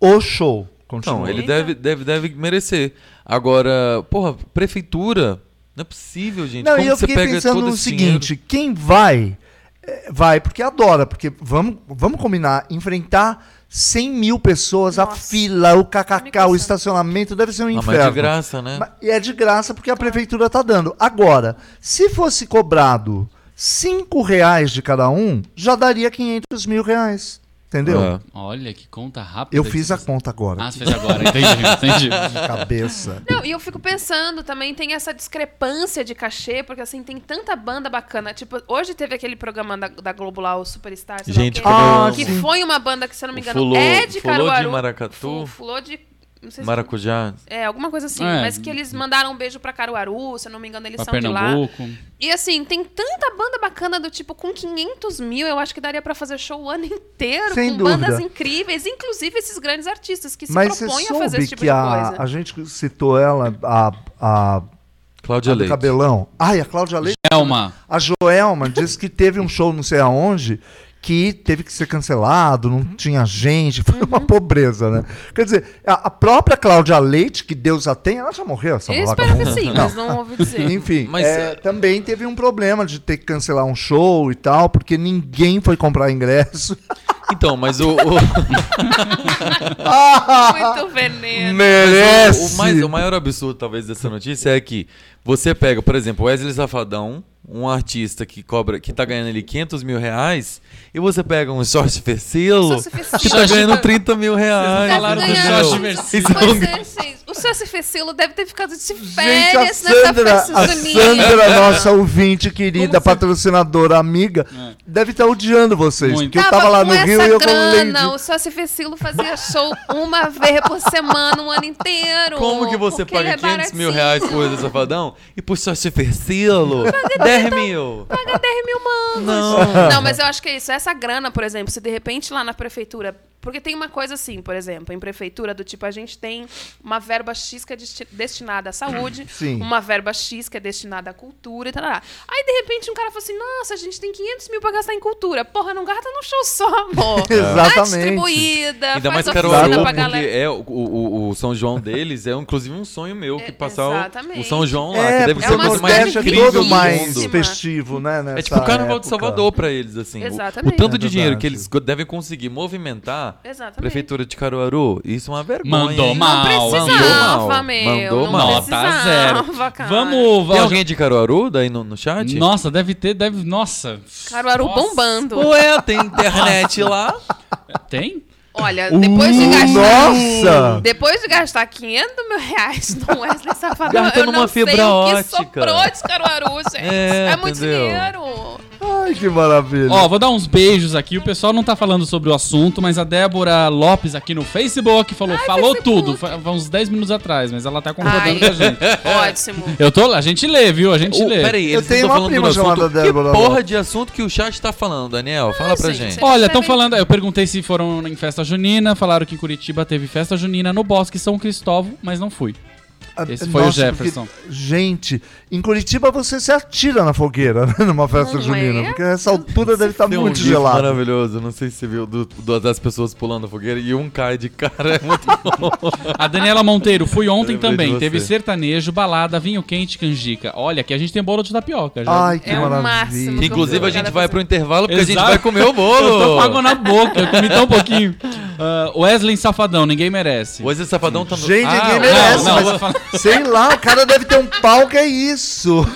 S3: o show. Continua.
S6: Não, Então, ele
S5: Eita.
S6: deve, deve, deve merecer. Agora, porra, prefeitura. Não é possível, gente.
S3: Não,
S6: Como
S3: e eu
S6: você
S3: fiquei
S6: pega
S3: pensando
S6: todo
S3: no
S6: esse
S3: seguinte: quem vai, eh, vai porque adora, porque vamos, vamos combinar, enfrentar 100 mil pessoas, a
S5: Nossa.
S3: fila, o
S5: Me
S3: kkk,
S5: cansando.
S3: o estacionamento, deve ser um
S6: dinheiro? Ah,
S3: inferno.
S6: mas de graça, né?
S3: Ma- E é de graça porque a prefeitura tá dando. Agora, se fosse cobrado 5 reais de cada um, já daria 500 mil reais. Entendeu?
S6: Ah.
S4: Olha que conta rápida.
S3: Eu
S4: que
S3: fiz
S4: você
S3: a conta agora.
S4: Ah, você fez agora, entendi, entendi.
S3: Cabeça.
S5: Não, e eu fico pensando também, tem essa discrepância de cachê, porque assim, tem tanta banda bacana. Tipo, hoje teve aquele programa da, da Globo lá, o Superstar, sei lá
S6: Gente,
S5: o
S6: como eu
S3: Ah,
S6: amo.
S5: quê, que
S3: sim.
S5: foi uma banda que, se eu não
S6: O
S5: me engano,
S6: Fulô-
S5: é de
S6: Fulô de
S5: Caruaru.
S6: Maracatu?
S5: Fu- Fulô de... Não sei se...
S6: Maracujá.
S5: É, alguma coisa assim.
S4: É.
S5: Mas que eles mandaram um beijo pra Caruaru, se eu não me engano, eles
S4: Pra
S5: são de lá.
S4: Pernambuco.
S5: E assim, tem tanta banda bacana do tipo, com 500 mil, eu acho que daria pra fazer show o ano inteiro.
S3: Sem
S5: com
S3: dúvida.
S5: bandas incríveis, inclusive esses grandes artistas que se
S3: Mas você
S5: propõem a
S3: soube
S5: fazer esse tipo
S3: que
S5: de
S3: a,
S5: coisa.
S3: a gente citou ela, a, a,
S6: Cláudia
S3: a do
S6: Leite.
S3: Cabelão. Ai, a Cláudia Leite.
S4: Elma.
S3: A Joelma disse que teve um show não sei aonde que teve que ser cancelado,
S5: Uhum.
S3: não tinha gente, foi uma pobreza, né? Quer dizer, a, a própria Cláudia Leite, que Deus a tem, ela já morreu, essa
S5: Eu espero
S3: vagabunda.
S5: que sim, mas não ouvi dizer.
S3: Enfim,
S6: Mas,
S3: é,
S6: eh,
S3: também teve um problema de ter que cancelar um show e tal, porque ninguém foi comprar ingresso.
S6: Então, mas o, o-
S5: é, Muito veneno. é.
S3: Merece!
S6: o, mais, o maior absurdo, talvez, dessa notícia é que você pega, por exemplo, Wesley Safadão, um artista que cobra, que tá ganhando ali 500 mil reais, e você pega um Jorge Fecelo,
S5: Jorge
S6: que
S5: Fecelo.
S6: tá ganhando 30 mil reais.
S4: falaram do
S6: entendeu?
S4: Jorge Fecelo.
S6: Então,
S5: Pois é, gente. O seu Cefecilo deve ter ficado de
S3: Gente, a
S5: férias
S3: Sandra,
S5: nessa
S3: a
S5: festa junina.
S3: Sandra, nossa ouvinte
S5: assim?
S3: querida, patrocinadora, amiga, deve estar odiando vocês.
S4: Muito.
S3: Porque eu tava lá no
S5: É. com
S3: Rio
S5: essa
S3: e eu falei.
S5: grana, o seu Cefecilo fazia show uma vez por semana, um ano inteiro.
S6: Como que você
S5: porque
S6: paga
S5: ele é
S6: 500 mil
S5: baratinho.
S6: reais por Wesley Safadão e por Jorge Fecelo, 10 mil?
S5: Paga 10 mil mangos.
S6: Não.
S5: Não, mas eu acho que é isso. Essa grana, por exemplo, se de repente lá na prefeitura. Porque tem uma coisa assim, por exemplo, em prefeitura, do tipo, a gente tem uma verba X que é desti- destinada à saúde,
S3: Sim.
S5: uma verba X que é destinada à cultura e tal. Aí, de repente, um cara fala assim: nossa, a gente tem 500 mil pra gastar em cultura. Porra, não gasta num show só, amor. Dá
S3: Exatamente.
S5: distribuída,
S6: Ainda
S5: faz
S6: mais
S5: oficina
S6: Caruaru,
S5: pra
S6: porque
S5: galera.
S6: é, o, o, o São João deles é inclusive um sonho meu que
S5: É,
S6: passar o,
S5: exatamente.
S6: o São João lá,
S3: É,
S6: que deve
S3: porque
S6: ser
S5: é
S6: a
S5: uma
S6: coisa
S5: cidade
S6: mais
S3: Nordeste é
S6: incrível do
S3: todo
S5: riquíssima.
S3: mais
S6: mundo.
S3: festivo, né? nessa
S6: É tipo o Carnaval de
S3: época.
S6: Salvador pra eles, assim. O- O,
S5: Exatamente.
S6: tanto
S3: É
S6: de dinheiro que
S3: verdade.
S6: eles go- devem conseguir movimentar lá.
S5: Exatamente.
S6: Prefeitura de Caruaru, isso é uma vergonha.
S4: Mandou
S6: hein?
S4: mal.
S5: Não
S4: mandou
S5: precisava,
S6: mal,
S5: meu.
S6: mandou
S5: não
S6: mal.
S4: Nota
S5: precisava,
S4: zero.
S5: cara.
S4: Vamos,
S6: Tem
S4: ó,
S6: alguém de Caruaru daí no, no chat?
S4: Nossa, deve ter, deve. Nossa.
S5: Caruaru
S4: Nossa.
S5: bombando.
S6: Ué, é, tem internet lá.
S4: Tem?
S5: Olha, depois de gastar...
S3: Hum, Nossa!
S5: Depois de gastar 500 mil reais no Wesley Safadão,
S6: Gasta
S5: eu não
S6: numa
S5: sei
S6: fibra
S5: o que
S6: ótica.
S5: sobrou de Caruaru, gente.
S6: É,
S5: É, muito
S6: entendeu?
S5: dinheiro.
S3: Ai, que maravilha.
S4: Ó, vou dar uns beijos aqui. O pessoal não tá falando sobre o assunto, mas a Débora Lopes aqui no Facebook falou, falou
S5: Facebook.
S4: tudo. Foi foi uns 10 minutos atrás, mas ela tá concordando
S5: Ai.
S4: com a gente.
S5: Ótimo.
S4: Eu tô, a gente lê, viu? A gente
S6: Oh,
S4: lê.
S6: peraí,
S3: Eu
S6: eles
S3: tenho
S6: não tão
S3: uma
S6: falando
S3: prima
S6: do assunto.
S3: chamada Débora
S6: Que porra
S3: Lopes.
S6: de assunto que o chat tá falando, Daniel? Fala pra
S5: gente,
S6: gente.
S5: é-
S4: Olha,
S5: Eles
S4: estão
S5: devem-
S4: falando. Eu perguntei se foram em festa junina. Falaram que em Curitiba teve festa junina no Bosque São Cristóvão, mas não fui.
S3: Ah,
S4: esse foi o
S3: porque-
S4: Jefferson.
S3: gente, em Curitiba você se atira na fogueira né, numa festa
S5: Não
S3: junina,
S5: é?
S3: porque essa altura deve estar
S6: Tem um
S3: muito
S6: vídeo
S3: gelada.
S6: maravilhoso, não sei se você viu, do- do- das pessoas pulando a fogueira e um cai de cara. É muito bom.
S4: A Daniela Monteiro, fui ontem
S6: Lembrei de
S4: também.
S6: você.
S4: Teve sertanejo, balada, vinho quente, canjica. Olha, aqui a gente tem bolo de tapioca já.
S3: Ai, que
S5: É o
S3: maravilha.
S5: máximo.
S6: Inclusive, a gente vai pro intervalo porque a gente
S4: Exato.
S6: vai comer o
S4: Eu tô com água
S6: bolo.
S4: na boca, eu comi tão pouquinho. Ah, Wesley Safadão, ninguém merece.
S6: Hoje esse safadão tá no...
S3: Gente,
S6: Ah,
S3: ninguém
S6: não,
S3: merece,
S4: não,
S3: mas
S4: vou falar.
S3: sei lá, o cara deve ter um pau que é isso.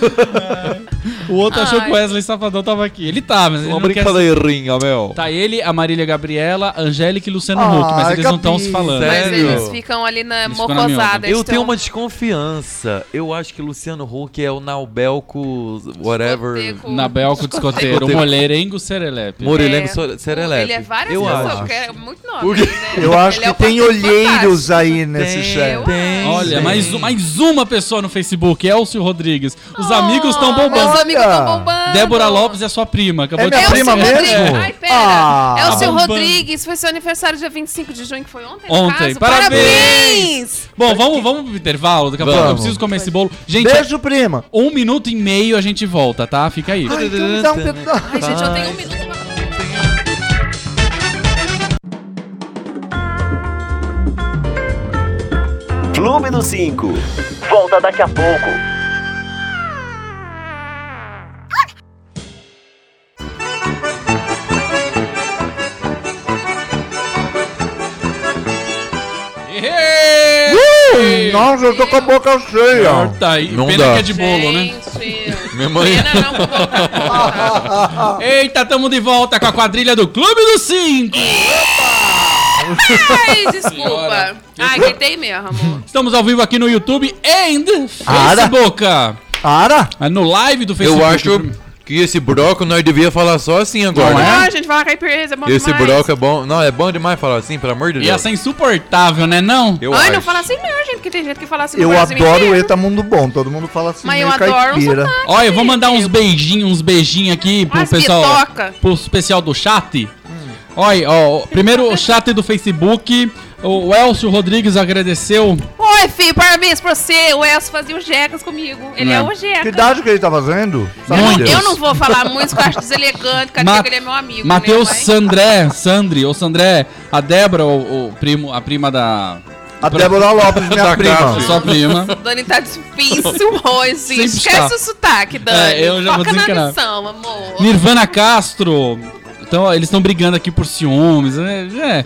S4: O outro achou
S5: Ai.
S4: que o Wesley Safadão tava aqui. Ele tá, mas ele
S6: Uma
S4: não quer... se-
S6: brincadeirinha, meu.
S4: Tá ele, a Marília Gabriela, Angélica e Luciano
S3: Ai,
S4: Huck, mas eles não estão
S3: Ah, Gabi,
S4: se falando.
S6: sério?
S5: Mas eles
S6: Sério?
S5: ficam ali na
S4: Eles ficam na miúda.
S5: mocosada. eles
S6: Eu tenho
S5: tão-
S6: uma desconfiança. Eu acho que Luciano Huck é o Naubelco, whatever.
S5: Discoteco.
S4: Na Belco Discoteiro,
S6: Discoteiro.
S4: molerengo serelepe.
S6: Morelengo
S5: É.
S6: é. Serelepe.
S5: Ele é várias
S6: eu
S5: pessoas,
S6: acho.
S5: porque é muito nobre,
S6: Porque-
S5: né?
S3: Eu acho
S5: Ele é o
S3: que tem
S5: Partido
S3: olheiros
S5: Fantástico.
S3: aí nesse chat.
S5: eu acho.
S4: Olha,
S6: Sim.
S4: mais, um- mais uma pessoa no Facebook, Elcio Rodrigues. Os
S5: Oh,
S4: amigos estão
S5: Os
S4: bombando.
S5: amigos
S3: Olha!
S5: estão bombando.
S4: Débora Lopes é sua prima, acabou
S3: É
S4: de
S3: minha
S5: É o
S4: falar.
S3: prima
S5: seu
S3: mesmo?
S5: Rodrigues. Ai, pera.
S3: Ah.
S5: é o seu
S4: Bombando.
S5: Rodrigues. Foi seu aniversário dia 25 de junho, que foi ontem? no
S4: Ontem.
S5: caso?
S4: Parabéns!
S5: Parabéns!
S4: Bom, vamos, vamos pro intervalo, daqui a pouco eu
S3: Vamos.
S4: preciso comer esse bolo. Gente,
S3: Beijo, prima.
S4: um minuto e meio a gente volta, tá? Fica aí.
S3: Ai, então me dá um pedaço.
S5: Ai, gente, eu tenho um minuto pra...
S2: Clube do 5. Volta daqui a pouco.
S4: Ei!
S3: Nossa, eu tô com a boca cheia.
S4: Corta aí.
S6: Não
S4: Pena
S6: dá.
S4: que é de bolo, né?
S5: Gente,
S6: Minha mãe-
S5: Pena não, por favor.
S4: Eita, tamo de volta com a quadrilha do Clube dos 5.
S5: Ai, desculpa. Ai, gritei mesmo.
S4: Estamos ao vivo aqui no YouTube and Facebook.
S3: Ara?
S4: Ah, No live do Facebook.
S6: Eu acho que esse broco nós devia falar só assim agora.
S4: Não é?
S5: Ah, gente, fala caipireza, é bom
S6: Esse
S5: demais.
S6: broco é bom. Não, é bom demais falar assim, pelo amor de
S4: Ia
S6: Deus.
S4: ser insuportável, né? Não?
S6: é Eu
S5: Ai,
S6: acho.
S5: não fala assim não, gente, porque tem gente que fala assim no
S3: Eu
S5: Brasil
S3: adoro o
S5: inteiro.
S3: Eta Mundo Bom. Todo mundo fala assim,
S5: Mas eu
S3: meio
S5: adoro um
S3: caipira.
S5: sotaque.
S4: Olha, eu vou mandar uns beijinhos, uns beijinhos aqui pro
S5: Mas
S4: pessoal.
S5: bitoca.
S4: Pro especial do chat. Olha, ó, o primeiro o chat do Facebook. O Elcio Rodrigues agradeceu.
S5: Oi, filho, parabéns pra você. O Elcio fazia o Jecas comigo. Ele é,
S4: É.
S5: o Jecas.
S3: Que idade que ele tá fazendo?
S5: Eu não-
S4: Muitos.
S5: Eu não vou falar muito, porque eu acho deselegante, porque
S4: Ma-
S5: ele é meu amigo.
S4: Matheus
S5: né, mas-
S4: Sandré, Sandri, ou Sandré, a Débora, o, o primo, a prima da.
S3: A Débora Lopes, minha
S6: Da
S3: prima.
S6: Cássia.
S4: Sua prima.
S5: Dani tá difícil hoje.
S4: Sempre
S5: Esquece
S4: está.
S5: o sotaque, Dani.
S4: É, eu já vou
S5: Foca
S4: desencanar.
S5: na missão, amor.
S4: Nirvana Castro. Então, ó, eles estão brigando aqui por ciúmes, né? É.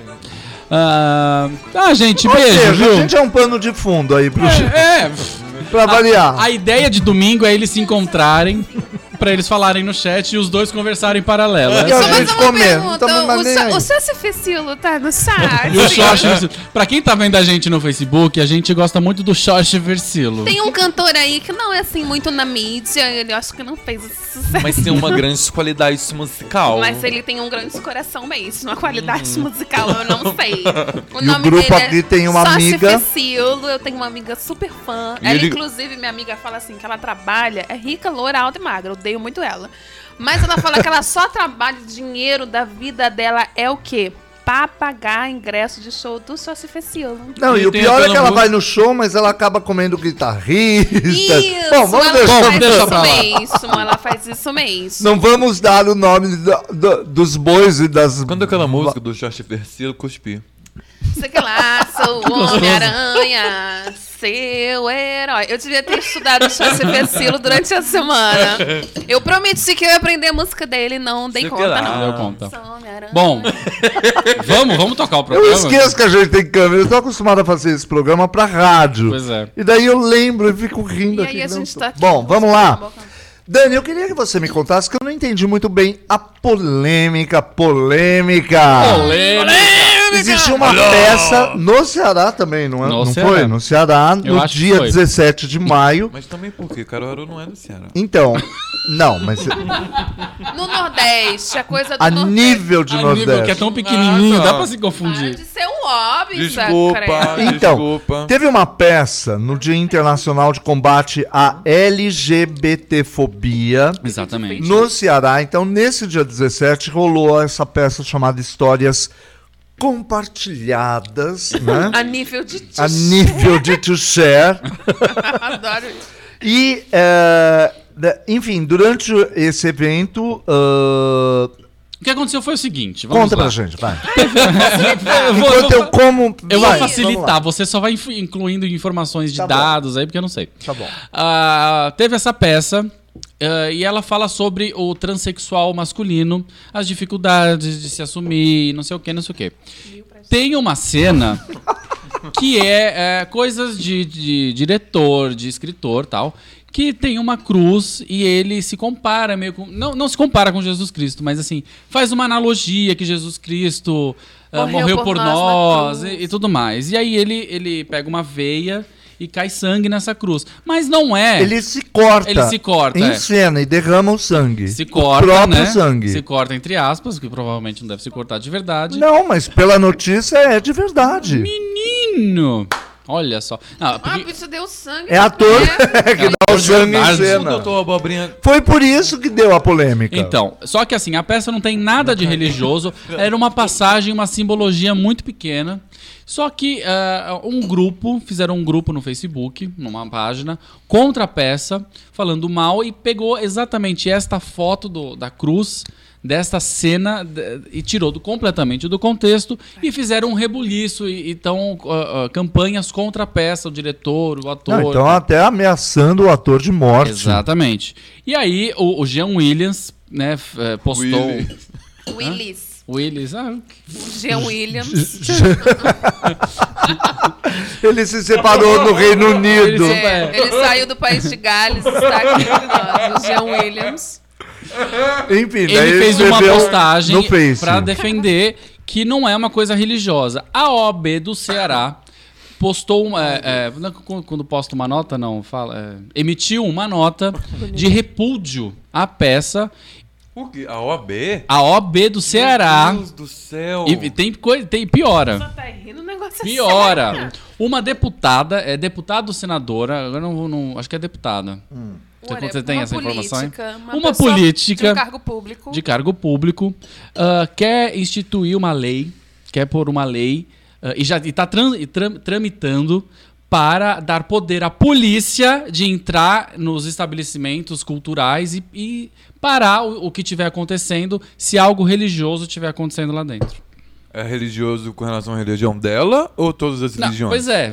S4: Ah, ah, gente,
S3: Ou
S4: beijo,
S3: seja, a
S4: viu?
S3: gente é um pano de fundo aí pro,
S4: É,
S3: pra
S4: a,
S3: variar.
S4: a ideia de domingo é eles se encontrarem pra eles falarem no chat e os dois conversarem em paralelo.
S3: E
S4: Essa-
S3: a
S5: Só mais
S3: gente
S5: uma
S3: comer, não
S5: pergunta.
S3: tamo
S5: O,
S3: mais nem aí.
S5: Sa- o Sassi Fecilo tá no chat?
S4: E o Xoxi Versilo. Pra quem tá vendo a gente no Facebook, a gente gosta muito do Xoxi Versilo.
S5: Tem um cantor aí que não é assim muito na mídia. Ele acho que não fez esse sucesso.
S6: Mas tem uma grande qualidade musical.
S5: assim. Mas ele tem um grande coração mesmo, uma qualidade
S6: Uhum.
S5: musical, eu não sei. O é
S3: E o grupo aqui tem uma
S5: Saci
S3: amiga-
S5: Fecildo, eu tenho uma amiga super fã.
S6: E
S5: Ela,
S6: ele-
S5: inclusive, minha amiga fala assim, que ela trabalha, é rica, loura, alta e magra, eu odeio muito ela. Mas ela fala que ela só trabalha, o dinheiro da vida dela é o quê? Pra pagar ingresso de show do Saci Fecildo.
S3: Não, e
S6: E
S3: o
S6: tem
S3: pior é
S6: aquela
S3: que ela
S6: música-
S3: vai no show, mas ela acaba comendo guitarrista.
S5: Isso,
S3: Bom, vamos
S5: ela
S3: deixar.
S5: faz
S4: deixa
S5: isso
S4: pra lá.
S5: mesmo, ela faz isso mesmo.
S3: Não vamos dar o nome da- da- dos bois e das.
S6: Quando aquela música do Jorge Versilo, cuspi.
S5: sei que lá, sou o Homem-Aranha, seu herói. Eu devia ter estudado o Chance Pecilo durante a semana. Eu prometi que eu ia aprender a música dele, não dei
S6: Sei que
S5: conta,
S6: lá.
S4: Não
S5: não.
S4: deu conta.
S5: Sou Homem-Aranha.
S4: Bom, vamos, vamos tocar o programa.
S3: Eu esqueço que a gente tem câmera. Eu tô acostumado a fazer esse programa pra rádio.
S4: Pois é.
S3: E daí eu lembro e fico rindo
S5: e
S3: aqui.
S5: aí a
S3: não
S5: gente
S3: tô-
S5: tá aqui.
S3: Bom, vamos
S5: com a
S3: lá.
S5: boca.
S3: Dani, eu queria que você me contasse que eu não entendi muito bem a polêmica, polêmica.
S4: Polêmica.
S3: Existiu uma peça no Ceará também, não, é?
S4: No
S3: não
S4: Ceará.
S3: foi? No Ceará,
S4: Eu
S3: no
S4: acho que
S3: dia
S4: foi.
S3: 17 de maio.
S6: Mas também porque Caruaru não é do Ceará.
S3: Então, não, mas
S5: No Nordeste, a coisa do
S3: a
S5: Nordeste.
S3: nível de
S4: A nível que é
S3: Nordeste.
S4: tão pequenininho,
S6: Ah, tá.
S4: dá pra se
S5: Para
S4: confundir.
S5: de ser um óbvio,
S6: Desculpa,
S5: credo.
S3: Então,
S6: desculpa.
S3: teve uma peça no Dia Internacional de Combate à LGBTfobia.
S4: Exatamente.
S3: No Ceará, então, nesse dia 17, rolou essa peça chamada Histórias Compartilhadas, né?
S5: A nível de tio.
S3: a nível de to share.
S5: Adoro isso.
S3: E, eh, da- enfim, durante esse evento. ah,
S4: O que aconteceu foi o seguinte, vamos
S3: conta
S4: lá.
S3: pra gente, vai.
S4: Eu vou,
S3: Enquanto
S4: eu
S3: eu
S4: vou-
S3: como. vai,
S4: eu vou
S3: vamos lá.
S4: facilitar, você só vai infu- incluindo informações de
S3: Tá bom.
S4: dados aí, porque eu não sei.
S3: Tá bom.
S4: Ah, teve essa peça ah, e ela fala sobre o transexual masculino, as dificuldades de se assumir, não sei o que, não sei o que. Tem uma cena que é, é, coisas de, de diretor, de escritor tal, que tem uma cruz e ele se compara meio com. Não, não se compara com Jesus Cristo, mas assim, faz uma analogia que Jesus Cristo ah, morreu, por, nós,
S5: na cruz.
S4: e, e tudo mais. E aí ele, ele pega uma veia e cai sangue nessa cruz. Mas não é.
S3: Ele se corta.
S4: Ele se corta,
S3: Em
S4: é.
S3: cena e derrama o sangue.
S4: se corta,
S3: O próprio
S4: né?
S3: sangue.
S4: Se corta entre aspas, que provavelmente não deve se cortar de verdade.
S3: Não, mas pela notícia é de verdade.
S4: Menino! Olha só. Não,
S5: Ah,
S4: porque-
S5: bicho deu sangue.
S3: É ator
S5: né?
S3: que dá o sangue em
S4: verdade.
S6: O
S3: cena.
S6: doutor Abobrinha
S3: Foi por isso que deu a polêmica.
S4: Então, só que assim, a peça não tem nada de religioso, era uma passagem, uma simbologia muito pequena. Só que ah, um grupo, fizeram um grupo no Facebook, numa página, contra a peça, falando mal, e pegou exatamente esta foto do- da cruz, desta cena, de- e tirou do- completamente do contexto, e fizeram um rebuliço, e então campanhas contra a peça, o diretor, o ator.
S3: Não, então até ameaçando o ator de morte.
S4: Exatamente. E aí, o, o Jean Williams, né, f- eh, postou.
S6: Willis.
S5: Willis.
S4: Willis, ah,
S5: Jean Williams.
S3: Ele se separou no Reino Unido.
S4: Tá Ele se-
S5: É, ele saiu do país de Gales, está aqui ó, no Jean Williams.
S3: Enfim, daí
S4: ele fez uma
S3: escreveu
S4: postagem
S3: no Face.
S4: para defender que não é uma coisa religiosa. A OAB do Ceará postou uma, é, é, não, quando quando posta uma nota não fala é, emitiu uma nota de repúdio à peça
S6: O quê? A OAB?
S4: a OAB do Ceará
S6: Meu Deus do céu.
S4: e e tem coi- tem piora
S5: Tá rindo, o negócio é
S4: Piora. Uma deputada, é deputada ou senadora, agora não vou, não, acho que é deputada. Você,
S5: Olha,
S4: você tem
S5: uma
S4: essa informação? hein?
S5: política,
S4: Uma,
S5: pessoa De
S4: política
S5: um cargo público.
S4: de cargo público ah, quer instituir uma lei, quer pôr uma lei ah, e já está tramitando para dar poder à polícia de entrar nos estabelecimentos culturais e, e parar o, o que estiver acontecendo se algo religioso estiver acontecendo lá dentro.
S6: É religioso com relação à religião dela ou todas as
S4: Não,
S6: religiões?
S4: pois é,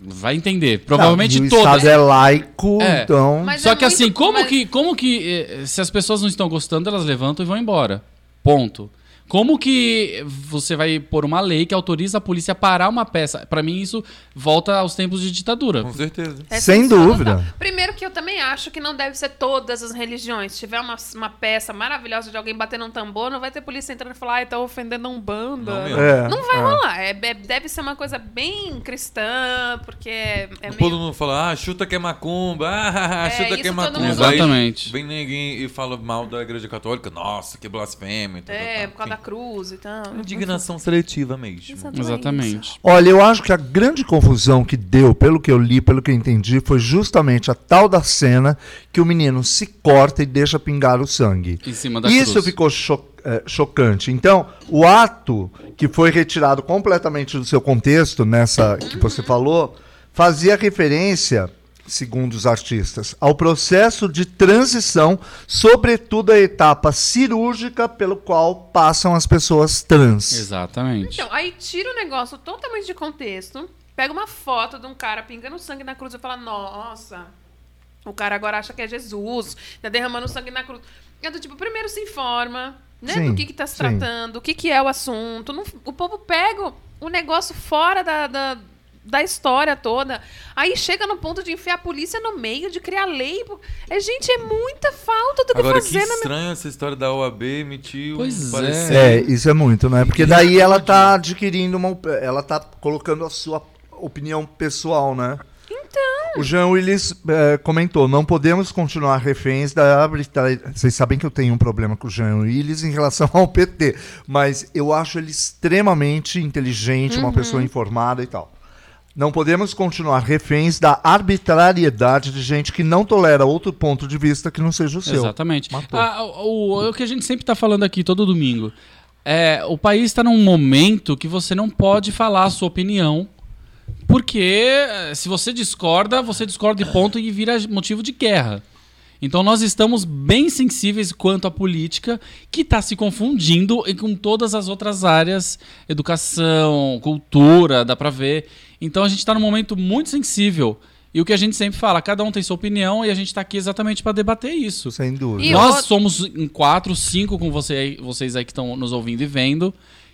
S4: vai entender.
S3: Não,
S4: Provavelmente
S3: e o
S4: todas.
S3: Estado é laico,
S4: É.
S3: então.
S5: Mas
S4: Só
S5: é
S4: que
S5: muito-
S4: assim, como
S5: mas-
S4: que, como que eh, se as pessoas não estão gostando, elas levantam e vão embora. Ponto. Como que você vai pôr uma lei que autoriza a polícia a parar uma peça? Pra mim isso volta aos tempos de ditadura.
S6: Com certeza.
S5: É
S3: Sem
S5: sensacional.
S3: dúvida.
S5: Primeiro que eu também acho que não deve ser todas as religiões. Se tiver uma, uma peça maravilhosa de alguém batendo um tambor, não vai ter polícia entrando e falar, ai, tá ofendendo a Umbanda.
S6: Não mesmo.
S3: É,
S5: Não vai
S3: é.
S5: rolar. É, é- deve ser uma coisa bem cristã, porque é, é
S6: O
S5: meio...
S6: povo não fala, ah, chuta que é macumba, ah,
S5: É,
S6: chuta
S5: isso
S6: que é
S5: todo
S6: macumba.
S5: mundo-
S6: Aí
S4: Exatamente.
S6: Vem ninguém e fala mal da igreja católica, nossa, que blasfêmia. tá, e tal,
S5: É,
S6: tal,
S5: por causa
S6: tal.
S5: da cruz e tal.
S6: Enfim, Indignação seletiva mesmo.
S5: Exatamente.
S4: Exatamente.
S3: Olha, eu acho que a grande confusão que deu, pelo que eu li, pelo que eu entendi, foi justamente a tal da cena que o menino se corta e deixa pingar o sangue.
S4: Em cima da
S3: Isso
S4: cruz.
S3: ficou cho- eh, chocante. Então, o ato que foi retirado completamente do seu contexto, nessa que você falou, fazia referência segundo os artistas, ao processo de transição, sobretudo a etapa cirúrgica pelo qual passam as pessoas trans.
S4: Exatamente.
S5: Então, aí tira o negócio totalmente de contexto, pega uma foto de um cara pingando sangue na cruz e fala, nossa, o cara agora acha que é Jesus, tá derramando sangue na cruz. É do tipo, primeiro se informa, né,
S3: Sim,
S5: do que que tá se
S3: sim.
S5: tratando, o que que é o assunto. Não- o povo pega o negócio fora da... da da história toda. Aí chega no ponto de enfiar a polícia no meio, de criar lei. É, gente, é muita falta do que
S6: Agora, que
S5: fazer na
S6: estranho essa história da OAB emitir um
S4: Pois é.
S6: parecer.
S3: É, isso é muito, né? Porque daí ela tá adquirindo uma. op- Ela tá colocando a sua opinião pessoal, né? Então. O Jean Willis eh, comentou: não podemos continuar reféns da Britânia. Vocês sabem que eu tenho um problema com o Jean Willis em relação ao PT, mas eu acho ele extremamente inteligente, uma pessoa informada e tal. Não podemos continuar reféns da arbitrariedade de gente que não tolera outro ponto de vista que não seja o seu.
S4: Exatamente.
S3: Matou.
S4: Ah, o, o- o que a gente sempre tá falando aqui todo domingo. É, o país está num momento que você não pode falar a sua opinião. Porque eh, se você discorda, você discorda de ponto e vira motivo de guerra. Então nós estamos bem sensíveis quanto à política, que está se confundindo e com todas as outras áreas, educação, cultura, dá pra ver. Então a gente está num momento muito sensível. E o que a gente sempre fala, cada um tem sua opinião e a gente está aqui exatamente para debater isso.
S3: Sem dúvida.
S5: E
S4: Nós
S5: outra-
S4: somos em quatro, cinco com você, aí- vocês aí que estão nos ouvindo e vendo.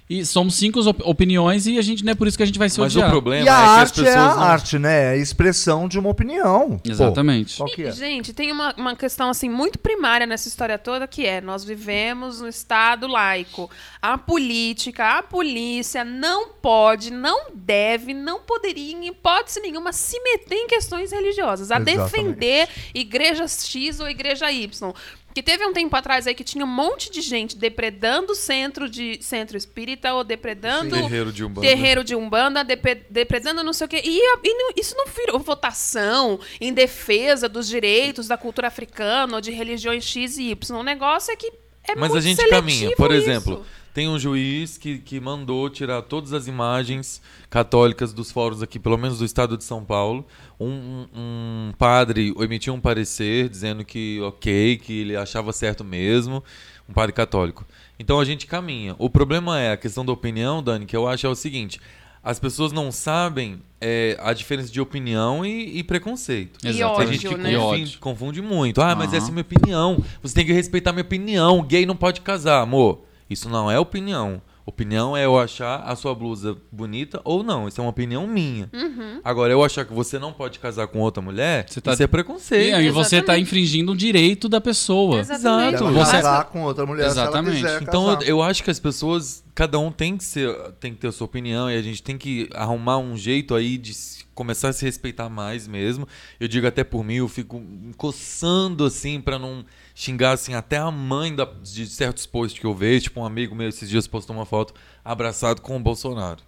S4: E somos cinco op- opiniões e a gente não é por isso que a gente vai se
S6: Mas o
S4: odiar.
S6: problema
S3: E a
S6: é que as
S3: arte
S6: pessoas
S3: é a
S6: não-
S3: arte, né? É a expressão de uma opinião. Pô,
S4: Exatamente.
S3: qual que é?
S5: Gente, tem uma, uma questão assim muito primária nessa história toda que é: nós vivemos no Estado laico. A política, a polícia não pode, não deve, não poderia, em hipótese nenhuma, se meter em questões religiosas, a
S3: Exatamente.
S5: defender igreja X ou igreja Y. Que teve um tempo atrás aí que tinha um monte de gente depredando centro de centro espírita ou depredando
S6: Terreiro de Umbanda.
S5: terreiro de Umbanda, depe- depredando não sei o quê. E, a- e não- isso não virou votação em defesa dos direitos da cultura africana ou de religiões X e Y. O negócio é que é
S6: Mas
S5: muito
S6: a gente
S5: seletivo
S6: caminha. Por
S5: isso.
S6: exemplo, tem um juiz que, que mandou tirar todas as imagens católicas dos fóruns aqui, pelo menos do estado de São Paulo. Um, um- um padre emitiu um parecer dizendo que ok, que ele achava certo mesmo, um padre católico. Então a gente caminha. O problema é a questão da opinião, Dani, que eu acho é o seguinte. As pessoas não sabem é, a diferença de opinião e, e preconceito.
S5: E
S6: Tem
S5: ódio,
S6: gente que
S5: né?
S4: E
S6: confunde,
S4: ódio.
S6: confunde muito. Ah, mas
S4: Aham.
S6: essa é minha opinião. Você tem que respeitar minha opinião. Gay não pode casar, amor. Isso não é opinião. Opinião é eu achar a sua blusa bonita ou não. Isso é uma opinião minha.
S5: Uhum.
S6: Agora, eu achar que você não pode casar com outra mulher,
S4: Você tá-
S6: isso é
S4: E
S6: preconceito.
S4: aí você
S5: Exatamente.
S4: está infringindo um direito da pessoa.
S5: Exatamente.
S3: Ela
S4: Exato. Você-
S3: casar com outra mulher
S4: Exatamente.
S3: se ela quiser
S6: Então, eu,
S3: casar.
S6: eu acho que as pessoas, cada um tem que, ser, tem que ter a sua opinião e a gente tem que arrumar um jeito aí de se- começar a se respeitar mais mesmo. Eu digo até por mim, eu fico me coçando assim pra não xingar assim até a mãe da- de certos posts que eu vejo. Tipo, um amigo meu esses dias postou uma foto abraçado com o Bolsonaro.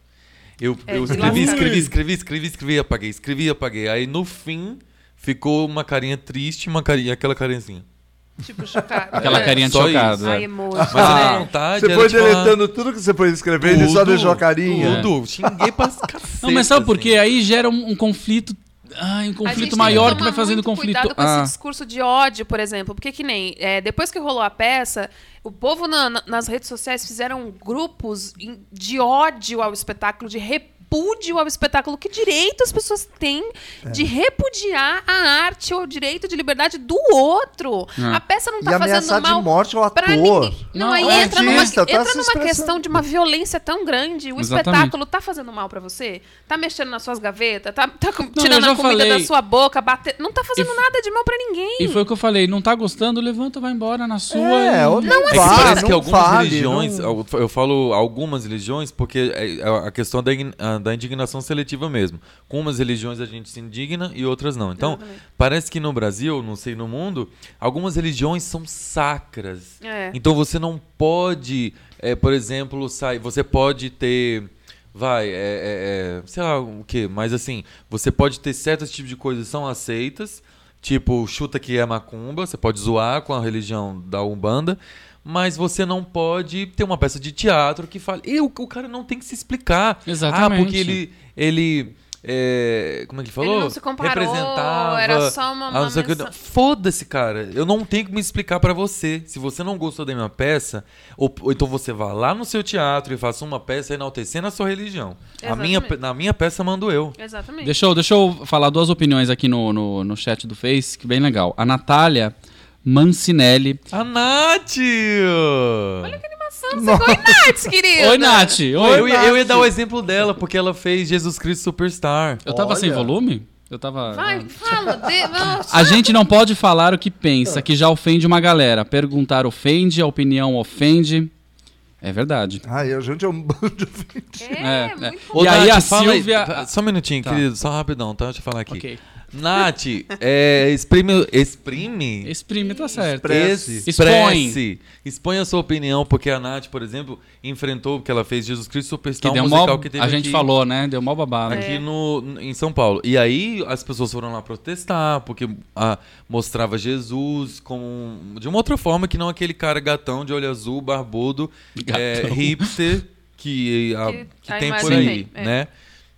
S6: Eu,
S5: É,
S6: eu
S5: de
S6: escrevi,
S5: lascar.
S6: escrevi, escrevi, escrevi, escrevi, apaguei, escrevi, apaguei. Aí no fim ficou uma carinha triste uma carinha, assim. aquela carinhazinha.
S5: Tipo, chocado.
S4: Aquela
S5: É.
S4: carinha de
S6: só
S4: chocada.
S5: Ai, emoji,
S6: né? Mas a minha
S5: né?
S6: vontade
S3: Ah, Você
S6: era tipo, ah,
S3: foi
S6: de falar-
S3: deletando tudo que você foi escrever, ele só
S6: Tudo,
S3: deixou a carinha.
S6: Tudo, É. xinguei pra cacete.
S4: Não, mas sabe por quê?
S6: assim.
S4: Aí gera um, um conflito. Ai, um
S5: A gente tem
S4: conflito maior que
S5: tomar
S4: vai fazendo
S5: muito
S4: conflito.
S5: Cuidado com
S4: Ah,
S5: esse discurso de ódio, por exemplo. Porque que nem, é, depois que rolou a peça, o povo na- na- nas redes sociais fizeram grupos em- de ódio ao espetáculo, de repúdio ao espetáculo. Que direito as pessoas têm
S3: É.
S5: de repudiar a arte ou o direito de liberdade do outro?
S4: É.
S5: A peça não
S3: Ah. E
S5: tá
S3: ameaçar
S5: fazendo
S3: de
S5: mal
S3: morte ao
S5: pra
S3: ator.
S5: ninguém. Não,
S4: Não,
S5: aí
S4: o
S5: entra numa,
S3: artista tá
S5: entra
S3: se
S5: numa
S3: expressando.
S5: questão de uma violência tão grande. O
S4: Exatamente.
S5: espetáculo tá fazendo mal pra você? Tá mexendo nas suas gavetas? Tá, tá com-
S4: eu
S5: tirando
S4: já
S5: a comida
S4: falei.
S5: da sua boca? Bater... Não tá fazendo
S4: E f-
S5: nada de mal pra ninguém.
S4: E foi o que eu falei, não tá gostando, levanta, vai embora na sua.
S3: É,
S4: e-
S3: ou não
S6: É que
S3: vá,
S6: parece que
S3: não
S6: algumas
S3: fale,
S6: religiões,
S3: não-
S6: al- eu falo algumas religiões porque é a a questão da, ign- ah, da indignação seletiva mesmo. Com umas religiões a gente se indigna e outras não. Então, parece que no Brasil, não sei no mundo, algumas religiões são sacras.
S5: É.
S6: Então você não pode, é, por exemplo, sair. Você pode ter. Vai, é, é, é, sei lá o que, mas assim, você pode ter certos tipos de coisas que são aceitas, tipo, chuta que é macumba, você pode zoar com a religião da Umbanda, mas você não pode ter uma peça de teatro que fale. E o, o cara não tem que se explicar. Ah,
S4: Exatamente.
S6: porque ele, ele é, como é que ele falou?
S5: Ele não se comparou,
S6: Representava,
S5: era só uma-
S6: ah,
S5: uma
S6: não sei o que.
S5: mensa-
S6: Foda-se, cara. Eu não tenho que me explicar pra você. Se você não gostou da minha peça, ou, ou então você vá lá no seu teatro e faça uma peça enaltecendo a sua religião. A minha,
S5: Exatamente.
S6: na minha peça mando eu.
S5: Exatamente.
S4: Deixa eu, deixa eu falar duas opiniões aqui no, no, no chat do Face, que bem legal. A Natália Mancinelli.
S6: A Nath!
S5: Olha que animação, você ficou Oi, Nath, querida.
S4: Oi, Nath! Oi!
S6: né? eu, ia, eu ia dar o exemplo dela, porque ela fez Jesus Cristo Superstar.
S4: Eu tava sem
S3: Olha.
S4: volume? Eu tava.
S5: Vai, fala. De... Vamos.
S4: A gente não pode falar o que
S6: Ah.
S4: pensa, que já ofende uma galera. Perguntar ofende, a opinião ofende. É verdade.
S3: Ai, a gente é um bando de gente.
S5: É,
S4: é.
S5: muito
S4: E aí a Silvia-
S6: Só um minutinho,
S4: Tá.
S6: querido, só rapidão, tá? Deixa eu falar aqui.
S4: Ok.
S6: Nath, é, exprime. Exprime?
S4: Exprime, tá certo.
S3: Expresse.
S6: Expresse. Expõe a sua opinião, porque a Nath, por exemplo, enfrentou, porque ela fez Jesus Cristo
S4: Que
S6: Superstar, um
S4: deu
S6: musical
S4: mó,
S6: que teve
S4: a gente
S6: aqui,
S4: falou, né? Deu mó babado.
S6: aqui
S5: É.
S6: no, em São Paulo. E aí as pessoas foram lá protestar, porque ah, mostrava Jesus com, de uma outra forma que não aquele cara gatão de olho azul, barbudo, é,
S4: Gatão.
S6: hipster, que, a-
S5: Que
S6: que
S5: a
S6: tem por
S5: imagem
S6: aí,
S5: tem, é.
S6: né?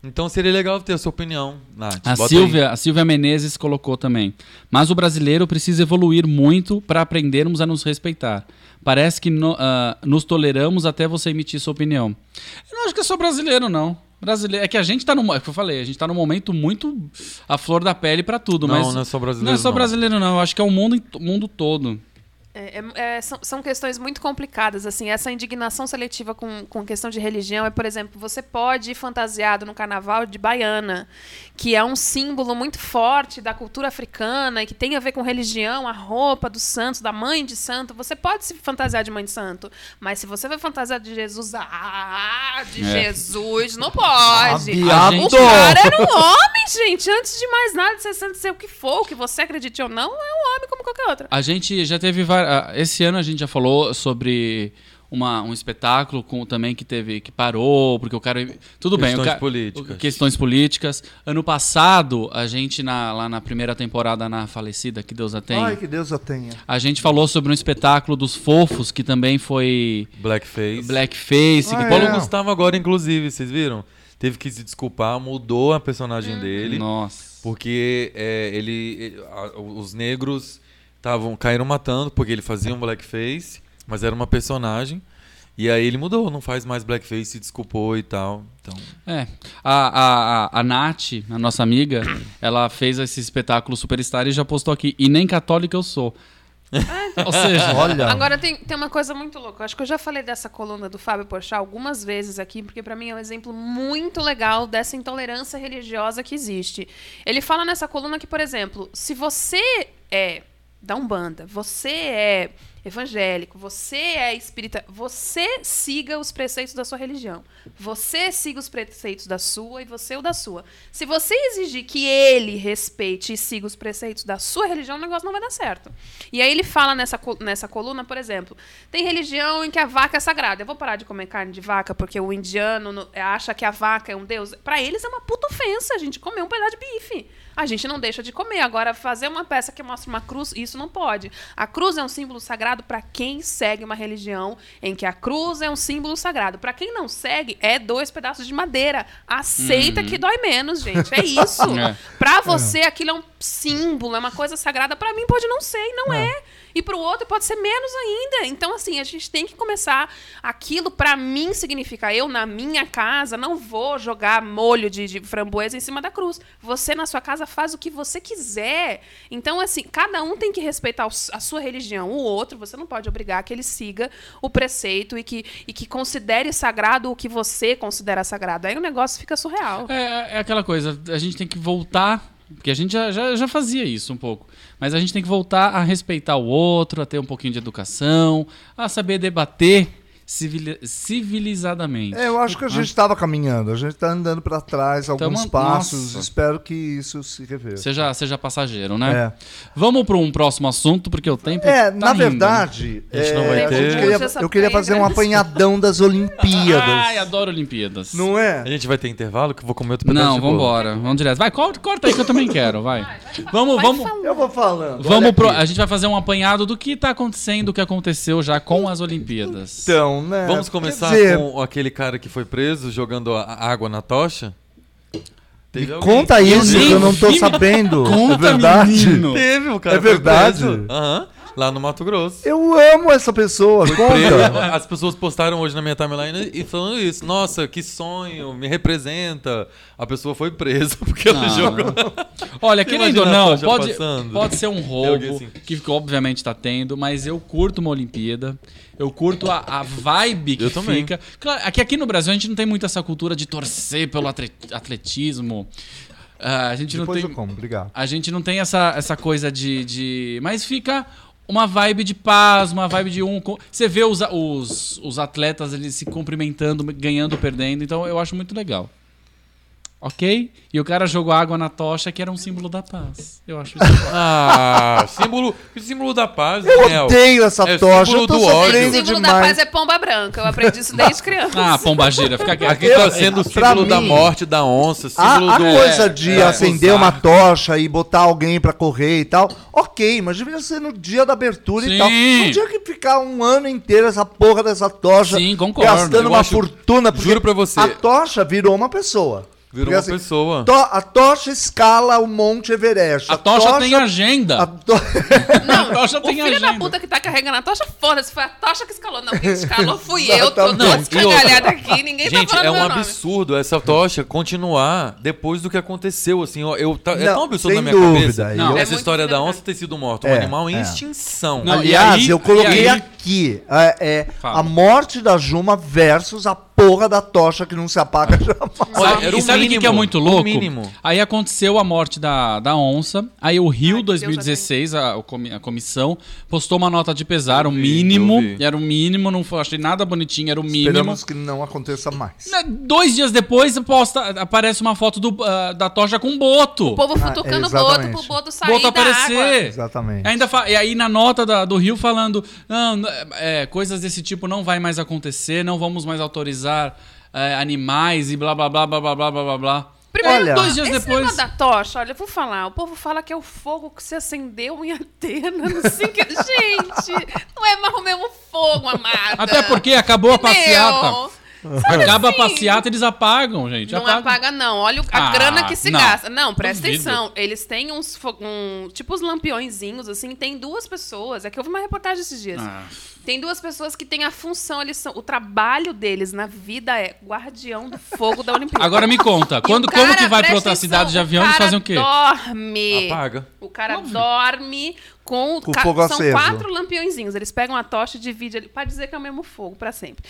S6: Então seria legal ter a sua opinião, Nath.
S4: A
S6: Bota aí.
S4: Silvia, é a Silvia Menezes colocou também. Mas o brasileiro precisa evoluir muito para aprendermos a nos respeitar. Parece que no- ah, nos toleramos até você emitir sua opinião. Eu não acho que é só brasileiro, não. Brasileiro, é que a gente tá no, é o que eu falei, a gente tá num momento muito à flor da pele para tudo,
S6: Não,
S4: mas
S6: não é só brasileiro,
S4: Não é só
S6: não.
S4: brasileiro não, eu acho que é o mundo em to- mundo todo.
S5: É, é, é, são, são questões muito complicadas, assim, essa indignação seletiva com, com questão de religião é, por exemplo, você pode ir fantasiado no carnaval de baiana, que é um símbolo muito forte da cultura africana e que tem a ver com religião, a roupa dos santos, da mãe de santo, você pode se fantasiar de mãe de santo, mas se você vai fantasiar de Jesus, ah, de
S4: É.
S5: Jesus, não pode.
S3: Abiado.
S5: O cara era um homem, gente, antes de mais nada, de ser santo, ser o que for, o que você acredite ou não, é um homem como qualquer outro.
S4: A gente já teve var- ah, esse ano a gente já falou sobre uma, um espetáculo com também que teve que parou porque o cara tudo bem o
S6: Questões
S4: cara-
S6: políticas.
S4: o- questões políticas ano passado a gente na- lá na primeira temporada na falecida que Deus a tenha
S3: Ai, que Deus a tenha.
S4: a gente falou sobre um espetáculo dos fofos que também foi
S6: Blackface.
S4: blackface
S3: Ah,
S4: que
S6: Paulo
S3: é.
S4: Paulo Gustavo
S6: Gustavo agora, inclusive, vocês viram? Teve que se desculpar, mudou a personagem dele.
S4: Uhum. nossa
S6: Porque é, ele. ele- a- os negros tavam, caíram matando porque ele fazia um blackface, mas era uma personagem. E aí ele mudou, não faz mais blackface, se desculpou e tal. Então,
S4: É. A, a, a, a Nath, a nossa amiga, ela fez esse espetáculo Superstar e já postou aqui. E nem católica eu sou. Ou seja,
S3: É, então. Olha.
S5: Agora tem, tem uma coisa muito louca. Eu Acho que eu já falei dessa coluna do Fábio Porchat algumas vezes aqui, porque pra mim é um exemplo muito legal dessa intolerância religiosa que existe. Ele fala nessa coluna que, por exemplo, se você é da Umbanda, você é evangélico, você é espírita, você siga os preceitos da sua religião. Você siga os preceitos da sua e você o da sua. Se você exigir que ele respeite e siga os preceitos da sua religião, o negócio não vai dar certo. E aí ele fala nessa, co- nessa coluna, por exemplo, tem religião em que a vaca é sagrada. Eu vou parar de comer carne de vaca porque o indiano no- acha que a vaca é um deus. Pra eles é uma puta ofensa a gente comer um pedaço de bife. A gente não deixa de comer. Agora, fazer uma peça que mostra uma cruz, isso não pode. A cruz é um símbolo sagrado pra quem segue uma religião em que a cruz é um símbolo sagrado. Pra quem não segue, é dois pedaços de madeira. Aceita que dói menos, gente. É isso.
S4: É.
S5: Pra você, aquilo é um símbolo, é uma coisa sagrada. Pra mim, pode não ser, e não é. E pro outro, pode ser menos ainda. Então, assim, a gente tem que começar. Aquilo, pra mim, significa eu, na minha casa, não vou jogar molho de, de framboesa em cima da cruz. Você, na sua casa, faz o que você quiser. Então, assim, cada um tem que respeitar o s- a sua religião. O outro, você não pode obrigar que ele siga o preceito e que, e que considere sagrado o que você considera sagrado. Aí o negócio fica surreal.
S4: é, é aquela coisa, a gente tem que voltar. Porque a gente já, já, já fazia isso um pouco. Mas a gente tem que voltar a respeitar o outro, a ter um pouquinho de educação, a saber debater civili- civilizadamente.
S3: É, eu acho que a gente estava caminhando, a gente está andando para trás alguns
S4: Tamo-
S3: passos.
S4: Nossa.
S3: Espero que isso se reverta.
S4: Seja, seja passageiro, né?
S3: É.
S4: Vamos para um próximo assunto, porque o tempo.
S3: É,
S4: tá
S3: na
S4: indo.
S6: né?
S3: verdade,
S6: A gente
S3: é,
S6: não vai
S3: eu
S6: ter-
S3: queria-
S5: Puxa essa
S3: eu queria fazer um
S5: pedra.
S3: apanhadão das
S4: Ai,
S3: Olimpíadas.
S4: adoro Olimpíadas.
S3: Não é?
S6: a gente vai ter intervalo que eu vou comer
S3: Tá
S6: outro pedaço
S4: Não,
S6: de bolo.
S4: vambora. Vamos direto. Vai, cor- corta aí que eu também quero, vai.
S5: Vai
S4: Vamos,
S5: um
S4: vamos.
S5: falando.
S3: Eu vou falando.
S4: Vamos
S3: olha
S4: pro,
S3: aqui.
S4: a gente vai fazer um apanhado do que tá acontecendo, o que aconteceu já com as Olimpíadas.
S3: Então, né?
S6: Vamos
S3: quer
S6: começar
S3: dizer,
S6: com aquele cara que foi preso jogando a- a água na tocha? Teve alguém.
S3: Conta isso
S4: nem
S3: que eu não tô
S4: vi.
S3: sabendo.
S4: Conta,
S3: é verdade.
S4: menino.
S6: Teve, o cara
S3: É
S6: foi
S3: verdade?
S6: preso. Aham, lá no Mato Grosso.
S3: Eu amo essa pessoa.
S6: Preso.
S3: Conta.
S6: Então, As pessoas postaram hoje na minha timeline e falando isso. Nossa, que sonho, me representa. A pessoa foi presa porque ela
S3: Ah.
S4: Não.
S6: jogou.
S4: Olha, querendo ou
S6: Imagina
S4: não,
S6: a Soja
S4: pode,
S6: passando.
S4: pode ser um
S6: alguém
S4: roubo,
S6: assim.
S4: que obviamente tá tendo, mas eu curto uma Olimpíada. Eu curto a, a vibe que
S6: Eu também.
S4: fica. Claro, aqui, aqui no Brasil a gente não tem muito essa cultura de torcer pelo atre- atletismo. Ah, a gente não
S3: Depois
S4: tem.
S3: eu como, obrigado.
S4: A gente não tem essa, essa coisa de, de- Mas fica uma vibe de paz, uma vibe de um. co- Você vê os, a- os, os atletas eles se cumprimentando, ganhando, perdendo. Então eu acho muito legal. Ok? E o cara jogou água na tocha, que era um símbolo da paz. Eu acho isso.
S6: Ah, símbolo, símbolo da paz,
S3: Eu
S6: Daniel.
S3: odeio essa
S6: É
S3: tocha. Eu
S6: símbolo
S3: tô
S6: do ódio.
S5: O
S3: sofrendo
S5: símbolo da paz
S3: demais.
S5: é pomba branca. Eu aprendi isso desde criança.
S4: ah, pombagira, fica
S6: Aqui
S4: quieto.
S6: tá sendo o
S3: pra
S6: símbolo da
S3: mim-
S6: morte da onça, símbolo
S3: A, a
S6: do.
S3: coisa de
S6: é,
S3: acender
S6: usar.
S3: uma tocha e botar alguém pra correr e tal, ok, mas devia ser no dia da abertura
S4: Sim.
S3: e tal. Não tinha que ficar um ano inteiro essa porra dessa tocha
S4: Sim, concordo.
S3: gastando
S6: Eu
S3: uma
S6: acho-
S3: fortuna. porque
S6: juro pra você.
S3: A tocha virou uma pessoa.
S6: Virou
S3: Porque, assim,
S6: uma pessoa.
S3: to- a tocha escala o Monte Everest.
S4: A tocha tem agenda.
S3: a to-
S5: Não,
S4: A tocha
S5: o
S4: tem
S5: filho
S4: agenda.
S5: da puta que tá carregando a tocha, foda-se, foi a tocha que escalou. Não, quem escalou fui eu, tô
S3: Exatamente.
S5: toda escangalhada aqui, ninguém
S6: Gente,
S5: tá falando
S6: é um
S5: meu nome.
S6: absurdo essa tocha continuar depois do que aconteceu, assim, ó, eu, tá- é
S3: Não,
S6: tão absurdo na
S3: sem
S6: minha
S3: dúvida,
S6: cabeça.
S3: aí
S4: Não. eu-
S5: É
S6: essa
S5: muito
S6: história da
S5: interessante.
S6: onça ter sido morta, um
S3: É,
S6: animal em
S3: é.
S6: extinção.
S4: Não, e
S3: Aliás,
S4: aí-
S3: eu coloquei
S4: e aí-
S3: aqui é, é,
S4: Fala.
S3: a morte da Juma versus a porra da tocha que não se apaga jamais.
S6: Olha,
S4: Sabe-
S6: era
S4: e
S6: o
S4: sabe o que,
S6: mínimo,
S4: que é muito
S6: o
S4: louco?
S6: mínimo.
S4: Aí aconteceu a morte da, da onça, aí o Rio
S5: Ai, que Deus
S4: 2016, a, o comi- a comissão, postou uma nota de pesar, o
S6: vi,
S4: mínimo,
S6: eu vi.
S4: era o mínimo, não foi- achei nada bonitinho, era o mínimo.
S3: Esperamos que não aconteça mais.
S4: Na- Dois dias depois posta, aparece uma foto do, ah, da tocha com boto.
S5: O povo
S3: Ah,
S5: futucando o boto
S3: exatamente.
S5: pro boto sair
S4: Boto
S5: da água.
S4: aparecer.
S3: Exatamente.
S4: Ainda fa- e aí na nota da- do Rio falando, "Não, n- é, coisas desse tipo não vai mais acontecer, não vamos mais autorizar é, animais e blá blá blá blá blá blá blá blá.
S5: Primeiro,
S3: Olha,
S4: dois dias
S5: esse
S4: depois.
S5: negócio da tocha, olha, eu vou falar, o povo fala que é o fogo que se acendeu em Atena, não sei o que. Gente, não é mais o mesmo fogo, amada. É
S4: Até porque acabou a
S5: Meu, tá?
S4: passeata.
S5: sabe
S4: Acaba
S5: assim?
S4: a passeata, eles apagam, gente.
S5: Não
S4: apagam.
S5: apaga, não. Olha o- a
S4: Ah,
S5: grana que se
S4: não.
S5: gasta. Não, presta
S4: Duvido.
S5: atenção. Eles têm uns. fo- Um, tipo os lampiõezinhos, assim. Tem duas pessoas. É que eu vi uma reportagem esses dias.
S4: Ah.
S5: Tem duas pessoas que têm a função. Eles são, o trabalho deles na vida é guardião do fogo da Olimpíada.
S4: Agora me conta,
S5: E
S4: quando,
S5: o cara-
S4: como que vai pra
S5: presta
S4: outra
S5: atenção,
S4: cidade de avião,
S5: o
S4: eles
S5: cara
S4: fazem o quê?
S5: Dorme.
S6: Apaga.
S5: O cara dorme com, o
S3: Com o fogo
S5: São
S3: aceso.
S5: quatro lampiõezinhos. Eles pegam a tocha e dividem ali. Pode dizer que é o mesmo fogo, pra sempre.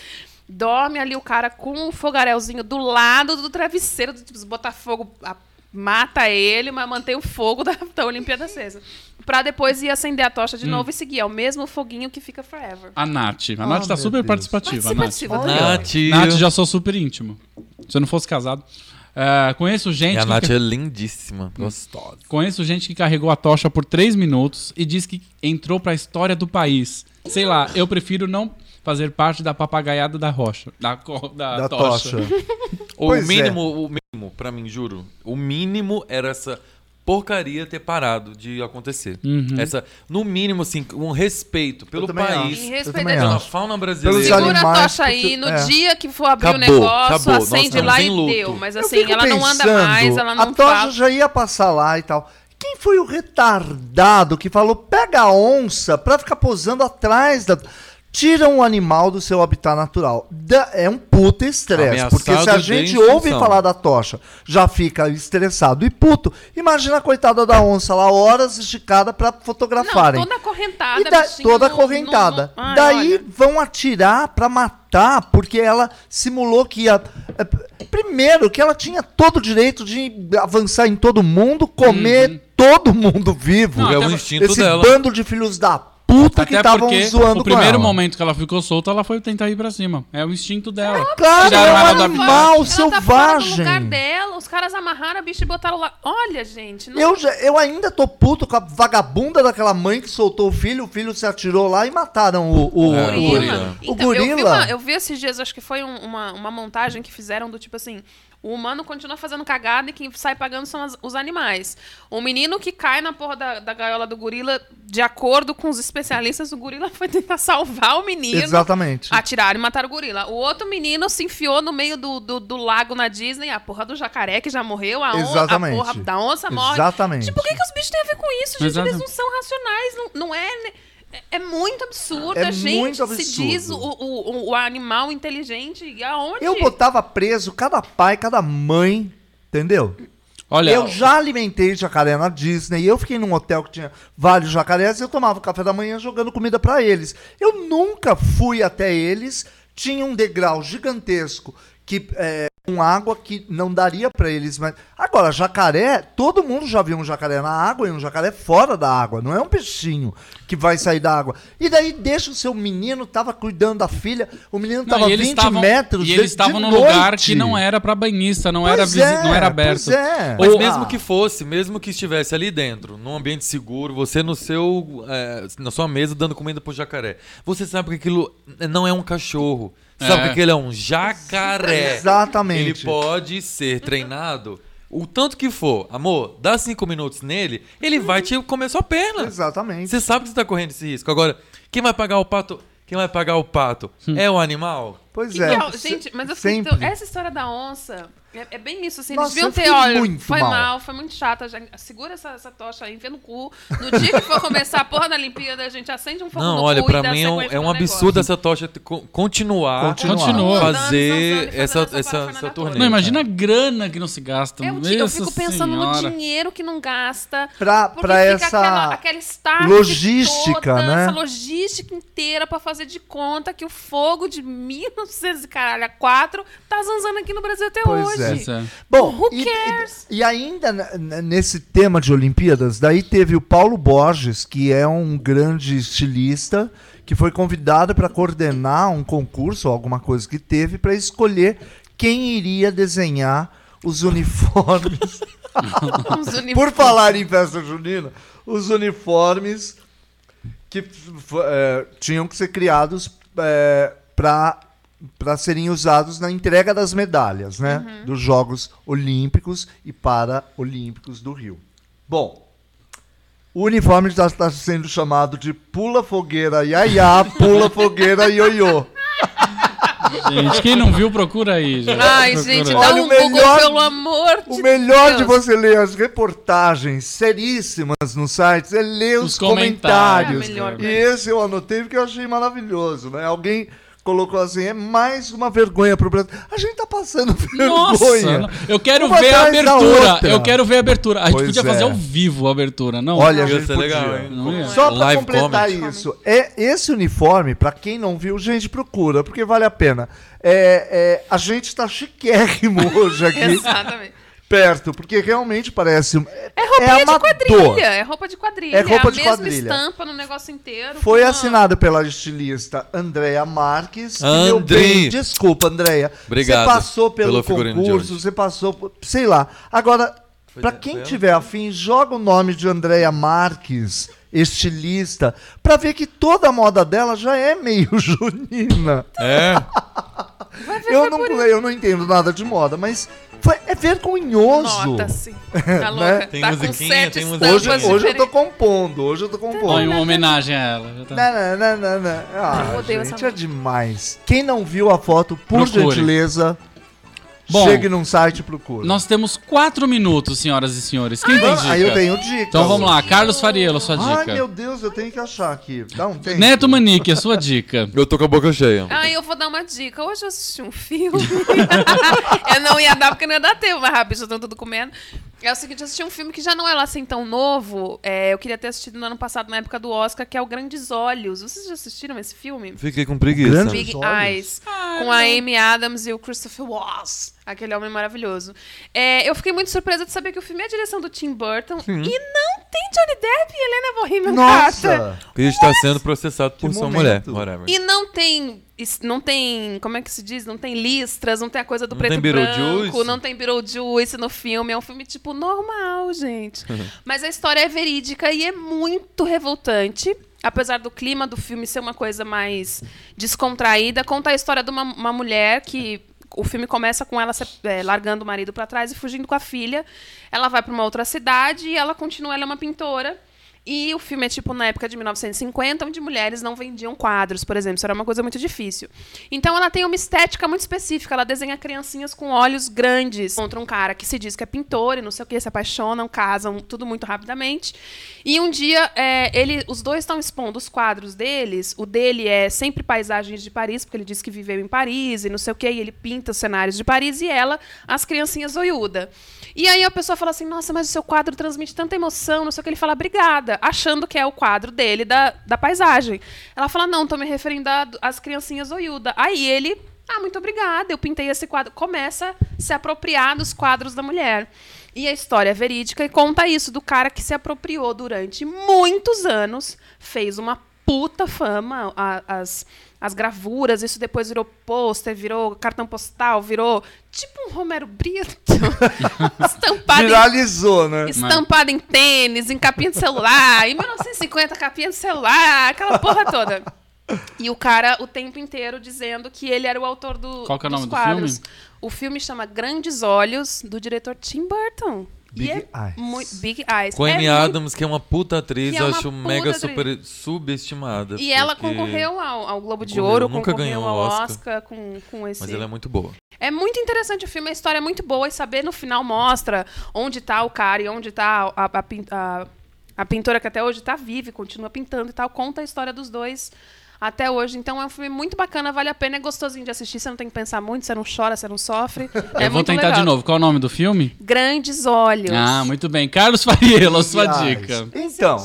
S5: Dorme ali o cara com o fogarelzinho do lado do travesseiro. Do, tipo, se botar fogo, a- mata ele, mas mantém o fogo da, da Olimpíada acesa. Pra depois ir acender a tocha de
S4: Hum.
S5: novo e seguir. É o mesmo foguinho que fica forever.
S4: A Nath. A Nath tá
S3: Ah, meu
S4: super
S3: Deus.
S4: participativa, Nath.
S5: Participativa.
S3: Olha.
S5: Daniel.
S6: Nath,
S4: Nath, já sou super íntimo. Se eu não fosse casado. É, conheço gente.
S6: E a
S4: que
S6: Nath
S4: fica-
S6: é lindíssima, gostosa.
S4: Conheço gente que carregou a tocha por três minutos e diz que entrou pra história do país. Sei lá, eu prefiro não fazer parte da papagaiada da rocha. Da, co- da
S3: Da
S4: tocha.
S3: tocha.
S6: O
S3: Pois é.
S6: mínimo, o mínimo, pra mim, juro. O mínimo era essa porcaria ter parado de acontecer. Essa, no mínimo, assim, um respeito pelo
S3: Uhum. também
S6: país,
S3: acho.
S5: Em respeito
S3: Eu também
S6: pela
S3: acho.
S6: fauna
S3: Pelos
S6: brasileira.
S3: animais.
S5: Segura a tocha
S3: porque-
S5: aí, no
S3: é.
S5: dia que for abrir o
S6: Acabou,
S5: negócio,
S6: acabou. Nós
S5: acende
S6: estamos
S5: lá
S6: em
S5: e
S6: luto.
S5: deu. Mas
S3: Eu
S5: assim,
S3: fico
S5: ela não anda mais,
S3: pensando,
S5: ela
S3: A
S5: não
S3: tocha
S5: fala.
S3: já ia passar lá e tal. Quem foi o retardado que falou, pega a onça pra ficar posando atrás da... Tira um animal do seu habitat natural. Da- É um puta estresse.
S6: Ameaçado
S3: Porque se a
S6: de
S3: gente
S6: extinção.
S3: ouve falar da tocha, já fica estressado e puto. Imagina a coitada da onça lá, horas esticada pra fotografarem.
S5: Não, toda acorrentada.
S3: E da-
S5: bichinho,
S3: toda
S5: no-
S3: correntada.
S5: no- no- Ai,
S3: Daí
S5: um Ah, olha.
S3: vão atirar pra matar, porque ela simulou que ia. é, p- Primeiro, que ela tinha todo o direito de avançar em todo mundo, comer todo mundo vivo.
S4: Não,
S6: É o
S4: até-
S6: instinto
S3: Esse
S6: dela.
S3: bando de filhos da puta que
S4: Até
S3: estavam
S4: porque
S3: zoando
S4: o primeiro
S3: com ela.
S4: momento que ela ficou solta, ela foi tentar ir pra cima. É o instinto dela.
S3: Claro,
S4: Tiraram
S3: ela
S4: ela
S3: era
S4: do
S5: Ela
S4: habitat.
S3: mal
S5: tá fora do
S3: selvagem.
S5: lugar dela, os caras amarraram a bicha e botaram lá. Olha, gente. Não... é
S3: Eu, já- eu ainda tô puto com a vagabunda daquela mãe que soltou o filho, o filho se atirou lá e mataram o, o,
S6: É,
S3: o-
S6: gorila.
S5: Então,
S3: O gorila.
S5: Eu vi, uma- eu vi esses dias, acho que foi um- uma, uma montagem que fizeram do tipo assim: O humano continua fazendo cagada e quem sai pagando são as- os animais. O menino que cai na porra da, da gaiola do gorila, de acordo com os especialistas, o gorila foi tentar salvar o menino.
S3: Exatamente.
S5: Atiraram e mataram o gorila. O outro menino se enfiou no meio do, do, do lago na Disney, a porra do jacaré que já morreu, a, on-
S3: Exatamente.
S5: a porra da onça morre.
S3: Exatamente.
S5: Tipo, o que, que os bichos têm a ver com isso, gente?
S4: Exatamente.
S5: Eles não são racionais, não, não é... né? É- É muito absurdo,
S3: É
S5: a gente
S3: muito
S5: se
S3: absurdo.
S5: diz o, o, o- o animal inteligente e aonde?
S3: Eu botava preso cada pai, cada mãe, entendeu?
S4: Olha,
S3: Eu já alimentei jacaré na Disney, eu fiquei num hotel que tinha vários jacarés e eu tomava café da manhã jogando comida pra eles. Eu nunca fui até eles, tinha um degrau gigantesco que é, com água que não daria pra eles, mas agora jacaré, todo mundo já viu um jacaré na água e um jacaré fora da água, não é um peixinho que vai sair da água. E daí deixa o seu menino tava cuidando da filha, o menino
S4: não,
S3: tava
S4: e
S3: 20
S4: eles estavam-
S3: metros
S4: E eles
S3: de-
S4: estavam
S3: de
S4: num lugar
S3: noite.
S4: que não era pra banhista, não,
S3: Pois
S4: era, visi-
S3: é,
S4: não era aberto.
S3: pois é.
S6: Mas
S3: Ou-
S6: mesmo
S3: Ah.
S6: que fosse, mesmo que estivesse ali dentro, num ambiente seguro, você no seu, é, na sua mesa dando comida pro jacaré, você sabe que aquilo não é um cachorro. Você
S4: É.
S6: Sabe que aquilo é um jacaré.
S3: Exatamente.
S6: É. Ele pode ser treinado o tanto que for. Amor, dá cinco minutos nele, ele vai te comer sua perna.
S3: Exatamente.
S6: Você sabe que você tá correndo esse risco. Agora, quem vai pagar o pato? Quem vai pagar o pato? É o animal?
S3: Pois
S5: Que
S3: é.
S5: real- gente, mas eu fiquei
S3: Sempre.
S5: tão- é essa história da onça é, é bem isso, assim,
S3: Nossa,
S5: eles deviam
S3: eu
S5: ter,
S3: fiquei
S5: olha,
S3: muito
S5: foi
S3: mal.
S5: mal. foi muito chata, já- segura essa, essa tocha aí, enfia no cu. No dia que for começar a porra da Olimpíada, a gente acende um fogo
S6: Não,
S5: no
S6: olha,
S5: cu e
S6: pra
S5: dá
S6: mim é um,
S5: sequência
S6: é um
S5: no negócio.
S6: absurdo essa tocha t- co- continuar.
S3: Continuar.
S4: Continua.
S6: Fazer
S5: Dançando, dançando,
S6: essa,
S5: fazendo essa
S6: essa,
S5: parafernada
S6: essa
S5: toda.
S6: turnê.
S4: Não, imagina a grana que não se gasta.
S5: É o di- eu fico
S4: Nossa
S5: pensando no
S4: Senhora.
S5: dinheiro que não gasta.
S3: Pra-
S5: porque
S3: pra
S5: fica
S3: essa
S5: aquela, aquela estática
S3: logística,
S5: toda,
S3: né?
S5: Essa logística inteira pra fazer de conta que o fogo de 1900 e caralho a 4 tá zanzando aqui no Brasil até
S3: Pois
S5: hoje.
S3: é.
S4: Pois é.
S3: Bom,
S5: Who
S3: e,
S5: cares?
S3: e- e ainda n- n- nesse tema de Olimpíadas, daí teve o Paulo Borges, que é um grande estilista, que foi convidado para coordenar um concurso ou alguma coisa que teve para escolher quem iria desenhar os uniformes.
S5: Os uniformes.
S3: Por falar em festa junina, os uniformes que f- eh, tinham que ser criados para para serem usados na entrega das medalhas, né, dos Jogos Olímpicos e Paralímpicos do Rio. Bom, o uniforme já está sendo chamado de pula fogueira iaiá, pula fogueira ioiô.
S4: Gente, quem não viu, procura aí. Gente.
S5: Ai,
S4: Procura.
S5: gente, dá
S3: Olha,
S5: um
S3: o melhor-
S5: Google, pelo amor
S3: O
S5: de
S3: melhor de
S5: Deus.
S3: você ler as reportagens seríssimas nos sites é ler os,
S4: Os
S3: comentários.
S4: comentários.
S5: É a melhor
S3: e
S5: coisa.
S3: esse eu anotei porque eu achei maravilhoso, né? Alguém colocou assim, é mais uma vergonha pro Brasil. A gente tá passando vergonha.
S4: Nossa, eu quero
S3: Uma
S4: ver a
S3: atrás da
S4: abertura.
S3: outra.
S4: Eu quero ver a abertura. A gente
S3: Pois
S4: podia
S3: é.
S4: fazer ao vivo a abertura, não?
S3: Olha, a
S6: Ia
S3: gente
S6: ser
S3: podia.
S6: legal, hein?
S4: Não é?
S3: Só pra
S6: Live
S3: completar
S6: comment.
S3: isso, é esse uniforme, pra quem não viu, gente, procura, porque vale a pena. É, é, a gente tá chiquérrimo hoje aqui,
S5: Exatamente.
S3: perto, porque realmente parece... É,
S5: É roupinha de
S3: amador.
S5: quadrilha. É roupa de quadrilha.
S3: É roupa
S5: a
S3: de
S5: mesma
S3: quadrilha.
S5: estampa no negócio inteiro.
S3: Foi
S5: Não.
S3: assinado pela estilista Andréa Marques. que, meu
S6: Andri.
S3: bem, desculpa, Andréa.
S6: Obrigado
S3: Você passou pelo
S6: pelo figurino de
S3: concurso,
S6: hoje.
S3: você passou. por- Sei lá. Agora, pra
S6: de-
S3: quem
S6: foi ela?
S3: tiver afim, joga o nome de Andréa Marques, estilista, pra ver que toda a moda dela já é meio junina.
S6: É.
S3: Eu não, eu não entendo nada de moda, mas foi- é vergonhoso.
S5: Nota-se. Tá louca.
S6: Tem
S5: tá com
S6: musiquinha,
S5: sete
S6: tem musiquinha.
S5: estampas
S3: Né? Hoje,
S6: Tampas
S3: hoje eu tô
S5: diferentes.
S3: compondo, hoje eu tô compondo.
S4: Põe uma homenagem a ela. Já tá-
S3: Não, não, não, não, não. Ah,
S5: Eu odeio essa
S3: gente, é
S5: música.
S3: demais. Quem não viu a foto, por
S4: Procure.
S3: gentileza,
S4: Bom,
S3: chegue num site e procure.
S4: Nós temos quatro minutos, senhoras e senhores. Quem tem
S3: Vamos-
S4: dica?
S3: Aí eu tenho dica.
S4: Então vamos lá, Carlos Fariello, sua
S3: Ai,
S4: dica.
S3: meu Deus, eu tenho que achar aqui. Dá um tempo.
S4: Neto Manique, a sua dica.
S6: Eu tô com a boca cheia.
S5: Ah, eu vou dar uma dica. Hoje eu assisti um filme. eu não ia dar porque não ia dar tempo, mas rápido, estão tudo comendo. É o seguinte, eu assisti um filme que já não é lá assim tão novo. É, eu queria ter assistido no ano passado, na época do Oscar, que é o Grandes Olhos. Vocês já assistiram esse filme?
S6: Fiquei com preguiça.
S3: Grande-
S5: Big
S3: Olhos.
S5: Eyes, com a Amy Adams e o Christopher Waltz, aquele homem maravilhoso. É, eu fiquei muito surpresa de saber que o filme é a direção do Tim Burton e não tem Johnny Depp e Helena Bonham Carter.
S3: Nossa!
S6: Porque a gente tá sendo processado por
S3: Que
S6: sua mulher.
S3: momento.
S6: Whatever.
S5: E não tem, is- não tem, como é que se diz? Não tem listras, não tem a coisa do
S6: Não
S5: preto
S6: tem
S5: e
S6: Beetlejuice?
S5: branco, não tem Beetlejuice no filme. É um filme, tipo, normal, gente. Mas a história é verídica e é muito revoltante. Apesar do clima do filme ser uma coisa mais descontraída, conta a história de uma, uma mulher que o filme começa com ela se- é, largando o marido para trás e fugindo com a filha. Ela vai para uma outra cidade e ela continua, ela é uma pintora. E o filme é tipo na época de 1950, onde mulheres não vendiam quadros, por exemplo. Isso era uma coisa muito difícil. Então ela tem uma estética muito específica. Ela desenha criancinhas com olhos grandes. Contra um cara que se diz que é pintor e não sei o que, se apaixonam, casam, tudo muito rapidamente. E um dia, é, ele, os dois estão expondo os quadros deles. O dele é sempre paisagens de Paris, porque ele diz que viveu em Paris e não sei o que. E ele pinta os cenários de Paris. E ela, as criancinhas oiuda. E aí a pessoa fala assim: nossa, mas o seu quadro transmite tanta emoção, não sei o que. Ele fala, obrigada, achando que é o quadro dele da, da paisagem. Ela fala, não, tô me referindo a- às criancinhas oiuda. Aí ele, ah, muito obrigada, eu pintei esse quadro. Começa a se apropriar dos quadros da mulher. E a história é verídica e conta isso do cara que se apropriou durante muitos anos, fez uma puta fama, a- as, as gravuras, isso depois virou pôster, virou cartão postal, virou tipo um Romero Brito estampado em
S3: Viralizou, né?
S5: Estampada em tênis, em capinha de celular. Em 1950, capinha de celular, aquela porra toda. E o cara o tempo inteiro dizendo que ele era o autor do,
S4: Qual que é o
S5: dos
S4: nome do
S5: quadros.
S4: filme?
S5: O filme chama Grandes Olhos, do diretor Tim Burton.
S3: Big
S5: e é
S3: Eyes.
S5: muito Big Eyes.
S6: Com a
S5: É
S6: Amy
S5: muito
S6: Adams, que é uma puta atriz,
S5: Que é
S6: eu
S5: uma
S6: acho
S5: puta
S6: mega
S5: atriz.
S6: super subestimada.
S5: E ela
S6: porque-
S5: concorreu ao, ao Globo de
S6: Concorreu,
S5: Ouro,
S6: nunca
S5: concorreu
S6: ganhou
S5: ao
S6: um
S5: Oscar,
S6: Oscar.
S5: com, com esse.
S6: Mas ela é muito boa.
S5: É muito interessante o filme, a história é muito boa e saber no final mostra onde tá o cara e onde tá a, a pin- a- a pintora que até hoje tá viva, e continua pintando e tal, conta a história dos dois até hoje. Então é um filme muito bacana, vale a pena, é gostosinho de assistir, você não tem que pensar muito, você não chora, você não sofre. É
S4: eu vou
S5: muito
S4: tentar
S5: legal.
S4: de novo. Qual é o nome do filme?
S5: Grandes olhos.
S4: Ah, muito bem. Carlos Fariello, é sua
S3: Aliás,
S4: dica.
S3: Então,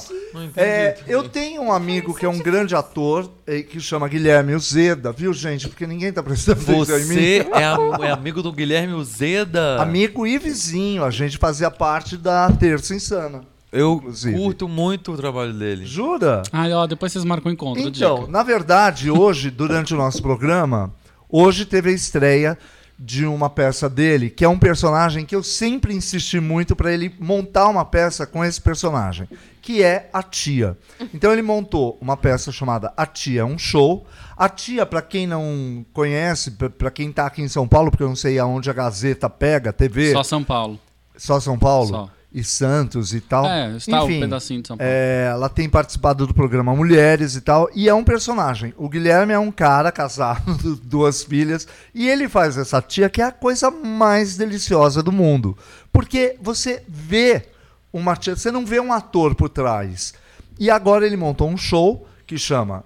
S3: é, eu tenho um amigo que é um grande ator eh, que chama Guilherme Uzeda, viu, gente? Porque ninguém tá prestando atenção em mim.
S6: Você é, am- é amigo do Guilherme Uzeda.
S3: Amigo e vizinho, a gente fazia parte da Terça Insana.
S6: Eu
S3: Inclusive.
S6: curto muito o trabalho dele.
S3: Jura?
S4: Ah, ó, depois vocês marcam o encontro.
S3: Então,
S4: dica.
S3: na verdade, hoje, durante o nosso programa, hoje teve a estreia de uma peça dele, que é um personagem que eu sempre insisti muito pra ele montar uma peça com esse personagem, que é a tia. Então ele montou uma peça chamada A Tia, um show. A tia, pra quem não conhece, pra- pra quem tá aqui em São Paulo, porque eu não sei aonde a Gazeta pega, TV,
S4: Só
S3: só,
S4: São Paulo.
S3: São Paulo
S4: Só.
S3: e Santos e tal.
S4: É, está um
S3: Enfim,
S4: pedacinho de São Paulo.
S3: é, ela tem participado do programa Mulheres e tal, e é um personagem. O Guilherme é um cara casado, duas filhas, e ele faz essa tia que é a coisa mais deliciosa do mundo. Porque você vê uma tia, você não vê um ator por trás. E agora ele montou um show que chama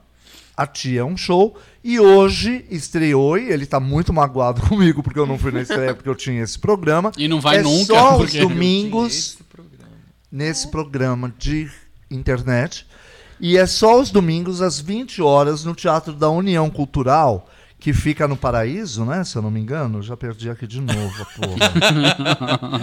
S3: a tia é um show. E hoje estreou, e ele tá muito magoado comigo, porque eu não fui na estreia, porque eu tinha esse programa.
S4: E não vai
S3: é
S4: nunca,
S3: Só os
S4: porque-
S3: domingos nesse programa de internet. E é só os domingos, às 20 horas, no Teatro da União Cultural, que fica no Paraíso, né? Se eu não me engano, já perdi aqui de novo a porra.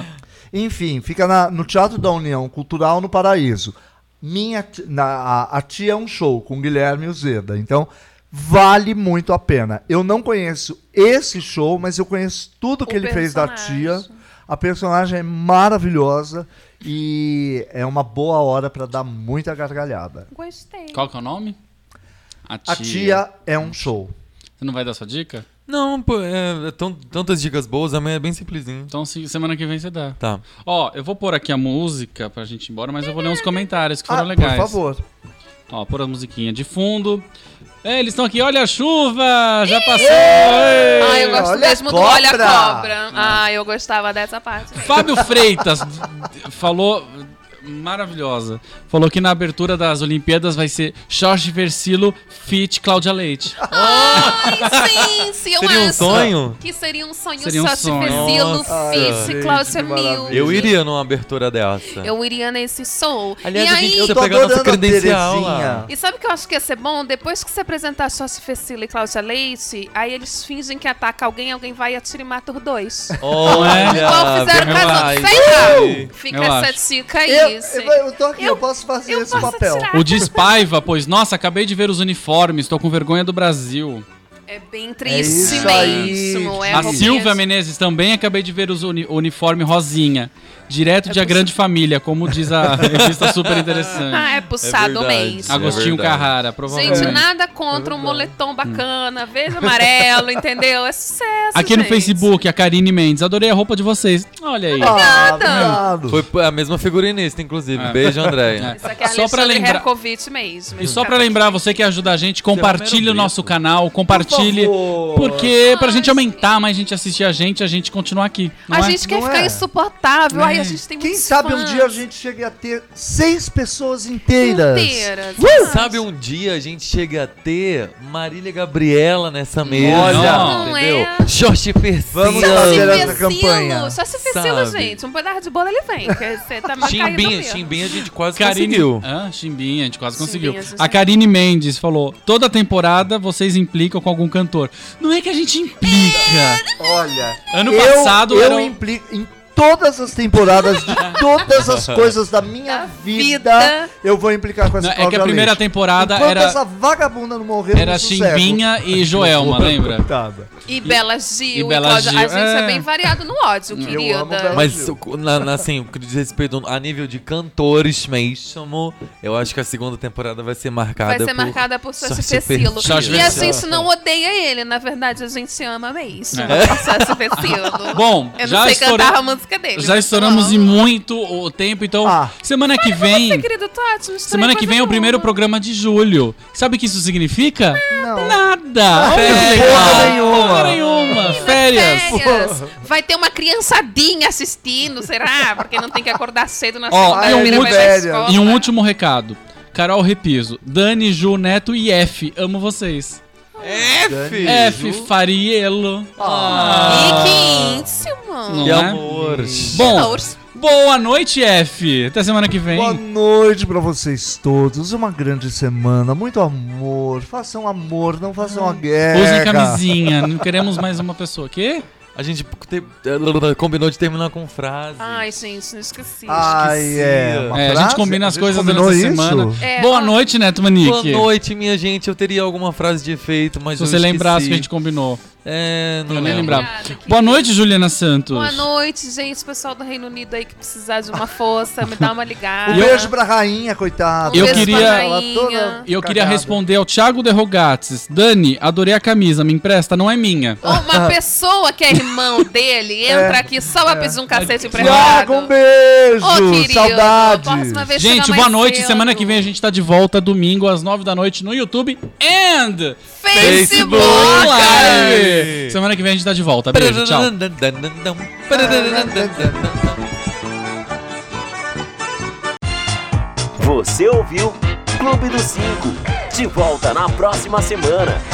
S3: Enfim, fica na- no Teatro da União Cultural, no Paraíso. Minha, ti- na, a, a Tia é um show com Guilherme Uzeda. Então, vale muito a pena. Eu não conheço esse show, mas eu conheço tudo que
S5: O
S3: ele fez da Tia.
S5: personagem.
S3: A personagem é maravilhosa e é uma boa hora pra dar muita gargalhada.
S5: Gostei.
S4: Qual que é o nome?
S3: A tia é um show.
S4: Você não vai dar sua dica?
S6: Não, pô, é, é tão- tantas dicas boas, a minha é bem simplesinho.
S4: Então se- semana que vem você dá.
S6: Tá.
S4: Ó, eu vou pôr aqui a música pra gente ir embora, mas eu vou ler uns comentários que foram
S3: Ah,
S4: legais.
S3: Por favor.
S4: Ó, pôr a musiquinha de fundo. É, eles estão aqui, olha a chuva! Já passou! Ê!
S5: Ah, eu gosto
S3: Olha a
S5: mesmo do Olha
S3: cobra.
S5: a Cobra. Ah, eu gostava dessa parte.
S4: Fábio Freitas falou. Maravilhosa. Falou que na abertura das Olimpíadas vai ser Jorge Versilo feat Cláudia Leite.
S5: Ai, Ah, sim, sim, eu
S6: Seria um
S5: acho.
S6: sonho?
S5: Que seria um sonho
S4: Seria um
S5: só se
S4: sonho.
S5: Vesilo,
S6: Nossa.
S5: Fitch,
S3: Gente,
S5: Cláudia
S3: que
S5: é Mil.
S3: maravilha.
S6: Eu iria numa abertura dessa.
S5: Eu iria nesse soul.
S6: Aliás,
S5: e
S6: a gente-
S5: aí.
S6: eu tô
S3: Tô
S6: pegando nossa
S3: adorando a
S6: credencial lá.
S3: Terezinha.
S5: E sabe o que eu acho que ia ser bom? Depois que você apresentar Sócio Fecila e Cláudia Leite, aí eles fingem que ataca alguém, alguém vai e atira e mata os dois.
S6: Olha,
S5: Igual fizeram
S6: verdade.
S5: com as outras. Sei lá.
S4: Eu
S5: Fica essa
S4: acho.
S5: dica aí.
S3: Eu,
S5: sim.
S3: eu, eu tô aqui, eu,
S5: É Eu-
S3: posso fazer
S5: eu
S3: esse
S5: posso
S3: papel.
S5: atirar.
S4: O Dispaiva, pois, nossa, acabei de ver os uniformes, tô com vergonha do Brasil.
S5: É bem
S3: isso
S5: tristíssimo.
S3: aí.
S5: é
S4: a
S5: roupinhas-
S4: Silvia Menezes também acabei de ver o uniforme rosinha.
S5: É
S4: Direto de A Grande Família, como diz a revista super interessante.
S5: Ah, é puxado
S6: verdade.
S5: mês.
S6: Ah,
S4: Agostinho
S6: É verdade.
S4: Carrara, provavelmente.
S3: É
S5: Gente, nada contra um moletom bacana, verde e amarelo, entendeu? É sucesso.
S4: Aqui no
S5: gente.
S4: Facebook, a Karine Mendes. Adorei a roupa de vocês. Olha aí.
S3: Ah, obrigado.
S6: Foi a mesma figurinista, inclusive.
S4: É.
S6: Beijo, Andréia.
S5: Isso aqui é
S4: Só pra
S5: Alexandre
S4: lembrar-
S5: Herkovitch mesmo.
S4: E só pra lembrar, você que ajuda a gente, compartilhe o nosso canal, compartilhe.
S3: Por favor.
S4: Porque pra gente aumentar, mais gente assistir a gente, a gente continuar aqui. Não
S5: A
S4: é?
S5: gente quer
S3: Não
S5: ficar
S3: é?
S5: insuportável. Ai,
S4: É.
S5: a gente tem
S3: Quem
S5: muitos
S3: sabe um
S5: fãs.
S3: dia a gente chegue a ter seis pessoas inteiras.
S5: Inteiras.
S4: É.
S3: Uh!
S6: Sabe, um dia a gente chega a ter Marília Gabriela nessa mesa.
S4: Olha.
S5: Não é?
S6: entendeu? Jorge
S3: Vamos
S6: Persila.
S5: Só
S3: fazer
S5: se
S3: essa
S5: fecilo,
S3: campanha.
S5: só se fecilo,
S6: Sabe?
S5: gente. Um pedaço de bolo ele vem. porque Você tá mais caído
S6: Chimbinha,
S5: mesmo.
S6: Chimbinha a gente quase
S4: Karine.
S6: conseguiu.
S4: Ah, Chimbinha, a gente quase
S5: Chimbinha,
S4: conseguiu.
S5: você
S4: A
S5: sabe.
S4: Karine Mendes falou: toda temporada vocês implicam com algum cantor. Não é que a gente implica.
S3: Olha,
S4: Ano
S3: eu,
S4: passado
S3: eu
S4: era. um-
S3: implico em todas as temporadas de todas as coisas da minha
S5: Da
S3: vida,
S5: vida.
S3: eu vou implicar com essa
S4: Não, é que a
S3: Cláudia
S4: primeira
S3: Leite.
S4: temporada
S3: Enquanto
S4: era,
S3: essa vagabunda não morreu,
S4: era
S3: não sossego.
S4: Chimbinha e Joelma, lembra?
S3: Coitada.
S5: E Bela Gil.
S4: e
S5: E
S4: Bela
S5: Cláudia-
S4: Gil,
S5: A gente é.
S4: é.
S5: bem variado no ódio, querida.
S3: amo Bela
S6: Mas, o- na, na- assim, o que diz respeito a nível de cantores mesmo, eu acho que a segunda temporada vai ser marcada
S5: Vai ser
S6: por...
S5: marcada por Sassi
S6: Saci
S5: Fecilo.
S4: Saci
S5: E a
S4: Fecilo.
S5: gente não odeia ele, na verdade a gente ama mesmo.
S4: É.
S5: Sassi Fecilo.
S4: Bom,
S5: eu
S4: já
S5: não sei
S4: estoura-
S5: cantar a música dele.
S4: Já estouramos
S5: Não.
S4: e muito o tempo, então
S3: Ah.
S4: semana que vem.
S5: Você, querido Totti, não estourei
S4: Semana que
S5: coisa
S4: vem é o
S5: nenhuma.
S4: primeiro programa de julho. Sabe o que isso significa?
S3: Não.
S4: Nada!
S3: porra
S4: Férias!
S3: nenhuma.
S4: Porra nenhuma! Férias!
S5: Férias. Vai ter uma criançadinha assistindo, será? Porque não tem que acordar cedo na
S4: Ó,
S5: segunda-feira,
S4: e um
S5: vai
S4: muito-
S5: pra
S3: velho.
S5: escola.
S4: E um último recado. Carol Repiso, Dani, Ju, Neto e F. Amo vocês. É,
S3: Dani, Ah.
S4: F, Fariello.
S5: E que íntimo.
S4: Não
S6: E
S4: é?
S6: amores.
S4: Bom,
S5: Amores.
S4: boa noite, F. Até semana que vem.
S3: Boa noite pra vocês todos, uma grande semana, muito amor, façam amor, não façam a guerra.
S4: Usem camisinha. Não queremos mais uma pessoa. Quê?
S6: A gente te- combinou de terminar com frase.
S5: Ai, gente, não esqueci.
S4: Ah.
S3: Ai, é. Um uma
S4: É, a gente
S3: frase?
S4: combina as
S3: gente
S4: coisas
S3: combinou
S4: durante a
S3: isso?
S4: semana.
S5: É,
S4: boa
S5: ó.
S4: noite, Neto Manique.
S6: Boa noite, minha gente. Eu teria alguma frase de efeito, mas
S4: Se você
S6: eu
S4: lembrasse
S6: esqueci.
S4: que a gente combinou.
S6: É, não
S4: Eu nem
S6: lembro.
S4: lembrava.
S5: Obrigada, querida.
S4: Boa noite, Juliana Santos.
S5: Boa noite, gente. Pessoal do Reino Unido aí que precisar de uma força, me dá uma ligada.
S3: Um beijo pra rainha, coitada.
S5: Um
S4: Eu
S5: beijo pra
S4: queria-
S5: rainha.
S3: Ela toda
S4: E eu queria
S3: cagada.
S4: responder ao Thiago Derrogates. Dani, adorei a camisa, me empresta, não é minha.
S5: Uma pessoa que é irmão
S4: É.
S5: dele entra aqui só pra pedir um cacete emprestado.
S3: Tiago, um beijo!
S5: Ô, querido,
S3: Saudades!
S5: próxima vez
S4: Gente,
S5: chega
S4: boa
S5: mais
S4: noite.
S5: cedo.
S4: Semana que vem a gente tá de volta domingo às 9 da noite no YouTube and
S5: Facebook!
S4: Live. Semana que vem a gente tá de volta. Beijo, tchau.
S2: Você ouviu Clube dos Cinco. De volta na próxima semana.